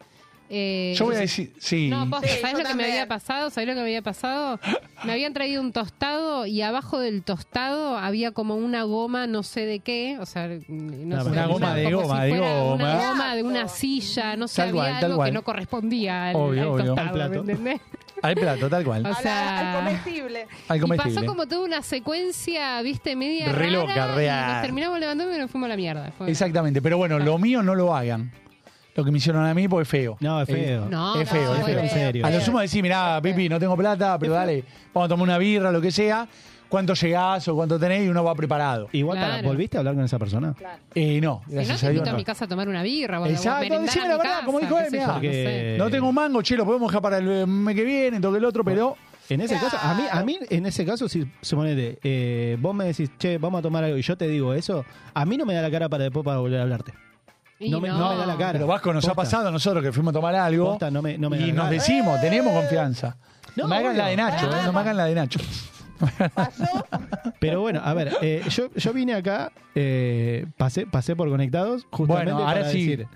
F: Eh,
E: Yo voy a decir, sí.
F: No, posta,
G: Sí, yo
F: ¿sabés lo que me
G: también.
F: había pasado? ¿Sabés lo que me había pasado? Me habían traído un tostado y abajo del tostado había como una goma, no sé de qué. O sea, no
L: Ah,
F: sé.
L: una
E: goma de
F: como si
E: goma, de
F: fuera
E: goma.
F: Una goma de una silla, no sé,
E: Tal cual,
F: había
E: tal
F: algo
E: cual.
F: que no correspondía al,
E: Obvio,
F: al
E: obvio.
F: tostado,
L: Al plato.
F: ¿me entendés?
E: Al plato, tal cual.
F: O
G: A la-
F: sea,
G: al comestible.
E: Al
F: y pasó
E: comestible.
F: como toda una secuencia, viste, media
E: Re
F: rara,
E: loca, re
F: y
E: rara.
F: nos terminamos levantando y nos fuimos a la mierda. Fue-
E: Exactamente. Pero bueno, lo mío no lo hagan. Lo que me hicieron a mí porque es feo.
L: No, es feo.
F: No,
E: Es feo,
F: no,
E: es feo.
L: En serio.
E: A lo sumo decir, mirá, Pipi, no tengo plata, pero dale, vamos a tomar una birra, lo que sea. ¿Cuánto llegás o cuánto tenés? Y uno va preparado.
L: Igual para-
F: Claro.
L: ¿volviste a hablar con esa persona?
E: Eh, no,
F: Si no,
E: gracias
F: te
E: a Dios.
F: invito a
E: no.
F: mi casa a tomar una birra o algo,
E: Exacto,
F: merendar
E: decime
F: a
E: la
F: mi
E: verdad,
F: casa,
E: como dijo
F: qué
E: él,
F: sé yo,
E: mirá.
F: no sé.
L: Porque-
E: eh, No tengo un mango, che, lo podemos dejar para el mes que viene, toque el otro, pero
L: En ese caso, a mí, a mí, en ese caso, si suponete, eh, vos me decís, che, vamos a tomar algo y yo te digo eso, a mí no me da la cara para después para volver a hablarte. No me, no me da la cara.
E: Pero Vasco nos ha
L: Posta.
E: pasado a nosotros que fuimos a tomar algo
L: Posta, no me- no me da
E: y
L: la
E: nos
L: cara.
E: decimos,
F: Eh.
E: tenemos confianza. No, me hagan
L: obvio.
E: la de Nacho,
L: Pará,
E: eh, no me hagan la de Nacho.
L: Pero bueno, a ver, eh, yo, yo vine acá, eh, pasé, pasé por conectados, justamente.
E: Bueno, ahora
L: para
E: sí.
L: decir,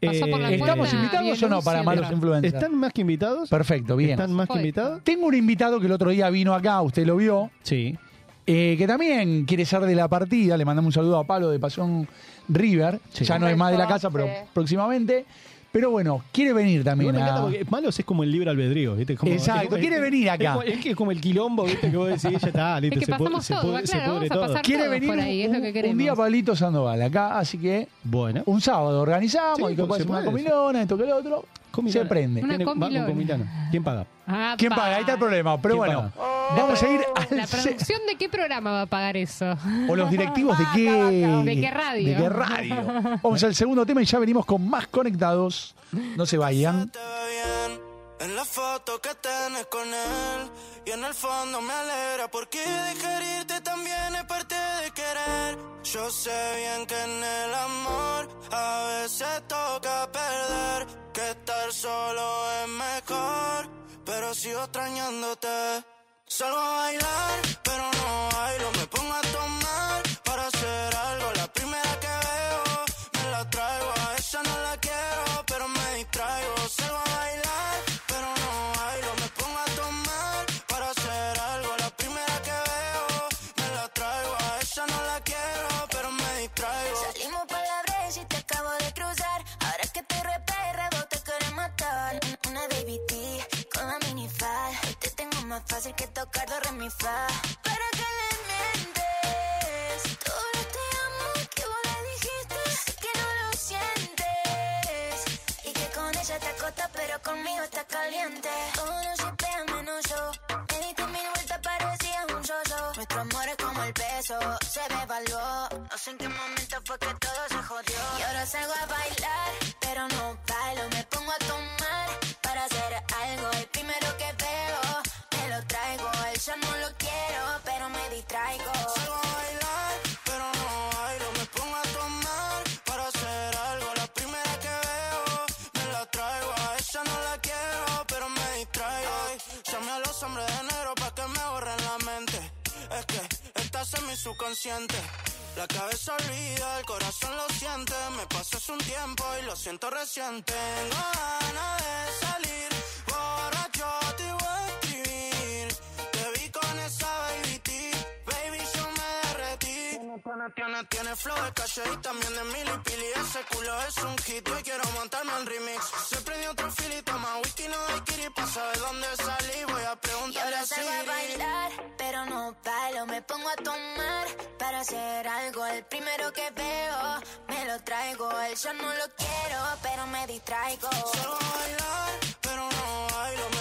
L: eh,
E: Pasó por la eh, ¿estamos puerta invitados o no para Bielorrusia? malos influencers?
L: Están más que invitados.
E: Perfecto, bien.
L: Están más que invitados.
E: Tengo un invitado que el otro día vino acá, usted lo vio. Eh,
L: Sí.
E: que también quiere ser de la partida. Le mandamos un saludo a Palo de Pasión River. Ya no es más de la casa, pero
L: Besote.
E: próximamente. Pero bueno, quiere venir
L: Igual
E: también.
L: me
E: a-
L: encanta porque malos es como el libre albedrío, ¿viste? Es como-
E: Exacto,
L: es como-
E: quiere venir acá.
L: Es como, es que es como el quilombo, ¿viste? Que vos decís, ya está, listo,
F: que
L: se, pu-
F: pasamos
L: se
F: todo,
L: pudre-
F: va,
L: se
F: claro,
L: pudre
F: vamos a
L: todo.
F: pasar
E: Quiere
F: todos
E: venir
F: por ahí, es lo que
E: un,
F: queremos.
E: un día Pablito Sandoval acá, así que
L: Bueno.
E: un sábado organizamos
L: Sí,
E: y capaz
L: se
E: una
L: puede.
E: comilona, esto que lo otro,
L: Comilona.
E: se prende.
F: Una
L: Tiene- va con
F: comilona. Ah,
L: comilona. ¿Quién paga?
E: ¿Quién paga? Ahí está el problema. Pero
L: ¿Quién
E: bueno, vamos a ir al
F: ¿La
E: se-
F: producción de qué programa va a pagar eso?
E: o los directivos de qué,
F: ¿De qué radio?
E: de qué radio. Vamos al segundo tema y ya venimos con más conectados. No se vayan.
M: En la foto que tenés con él Y en el fondo me alegra Porque dejar irte también es parte de querer Yo sé bien que en el amor A veces toca perder Que estar solo es mejor Pero sigo extrañándote Salgo a bailar, pero no bailo Me pongo a tomar para hacer algo La primera que veo me la traigo A esa no la quiero, pero me distraigo Salgo a bailar, pero no bailo Me pongo a tomar para hacer algo La primera que veo me la traigo A esa no la quiero, pero me distraigo
N: Salimos para la brecha y te acabo de cruzar. Ahora que te reperra, vos te querés matar. Una baby T con la minifal. Te tengo más fácil que tocar dos re mi fa. ¿Para que le mientes? Todo te amo que vos le dijiste. Sé que no lo sientes. Y que con ella te acota, pero conmigo está caliente. Todos shipean menos yo. Me diste mil vueltas, parecía un yo-yo. Nuestro amor es como el peso, se me evaluó. No sé en qué momento fue que todo se jodió. Y ahora salgo a bailar, pero no bailo. Me pongo a tomar para hacer algo. El primero que veo, me lo traigo. A Él ya no lo quiero, pero me distraigo.
M: Salgo a bailar, pero no bailo Me pongo a tomar para hacer algo La primera que veo me la traigo A esa no la quiero, pero me distraigo Ay, Llamé a los hombres de negro pa' que me borren la mente Es que estás en mi subconsciente la cabeza olvida, el corazón lo siente. Me pasó hace un tiempo y lo siento recién. Tengo ganas de salir, borracho te voy a escribir. Te vi con esa baby T, baby yo me derretí. Tiene, tiene, tiene flow de calle y también de mil y pili. Ese culo es un hit, hoy quiero montarme al remix. Se prendió otro fili, toma whisky, no hay kiri. Pa' saber dónde salí, voy a
N: Y
M: preguntarle
N: ahora
M: a
N: salgo a
M: Siri.
N: bailar, pero no bailo. Me pongo a tomar para hacer algo. El primero que veo, me lo traigo. Él yo no lo quiero, pero me distraigo.
M: Salgo a bailar, pero no bailo. Me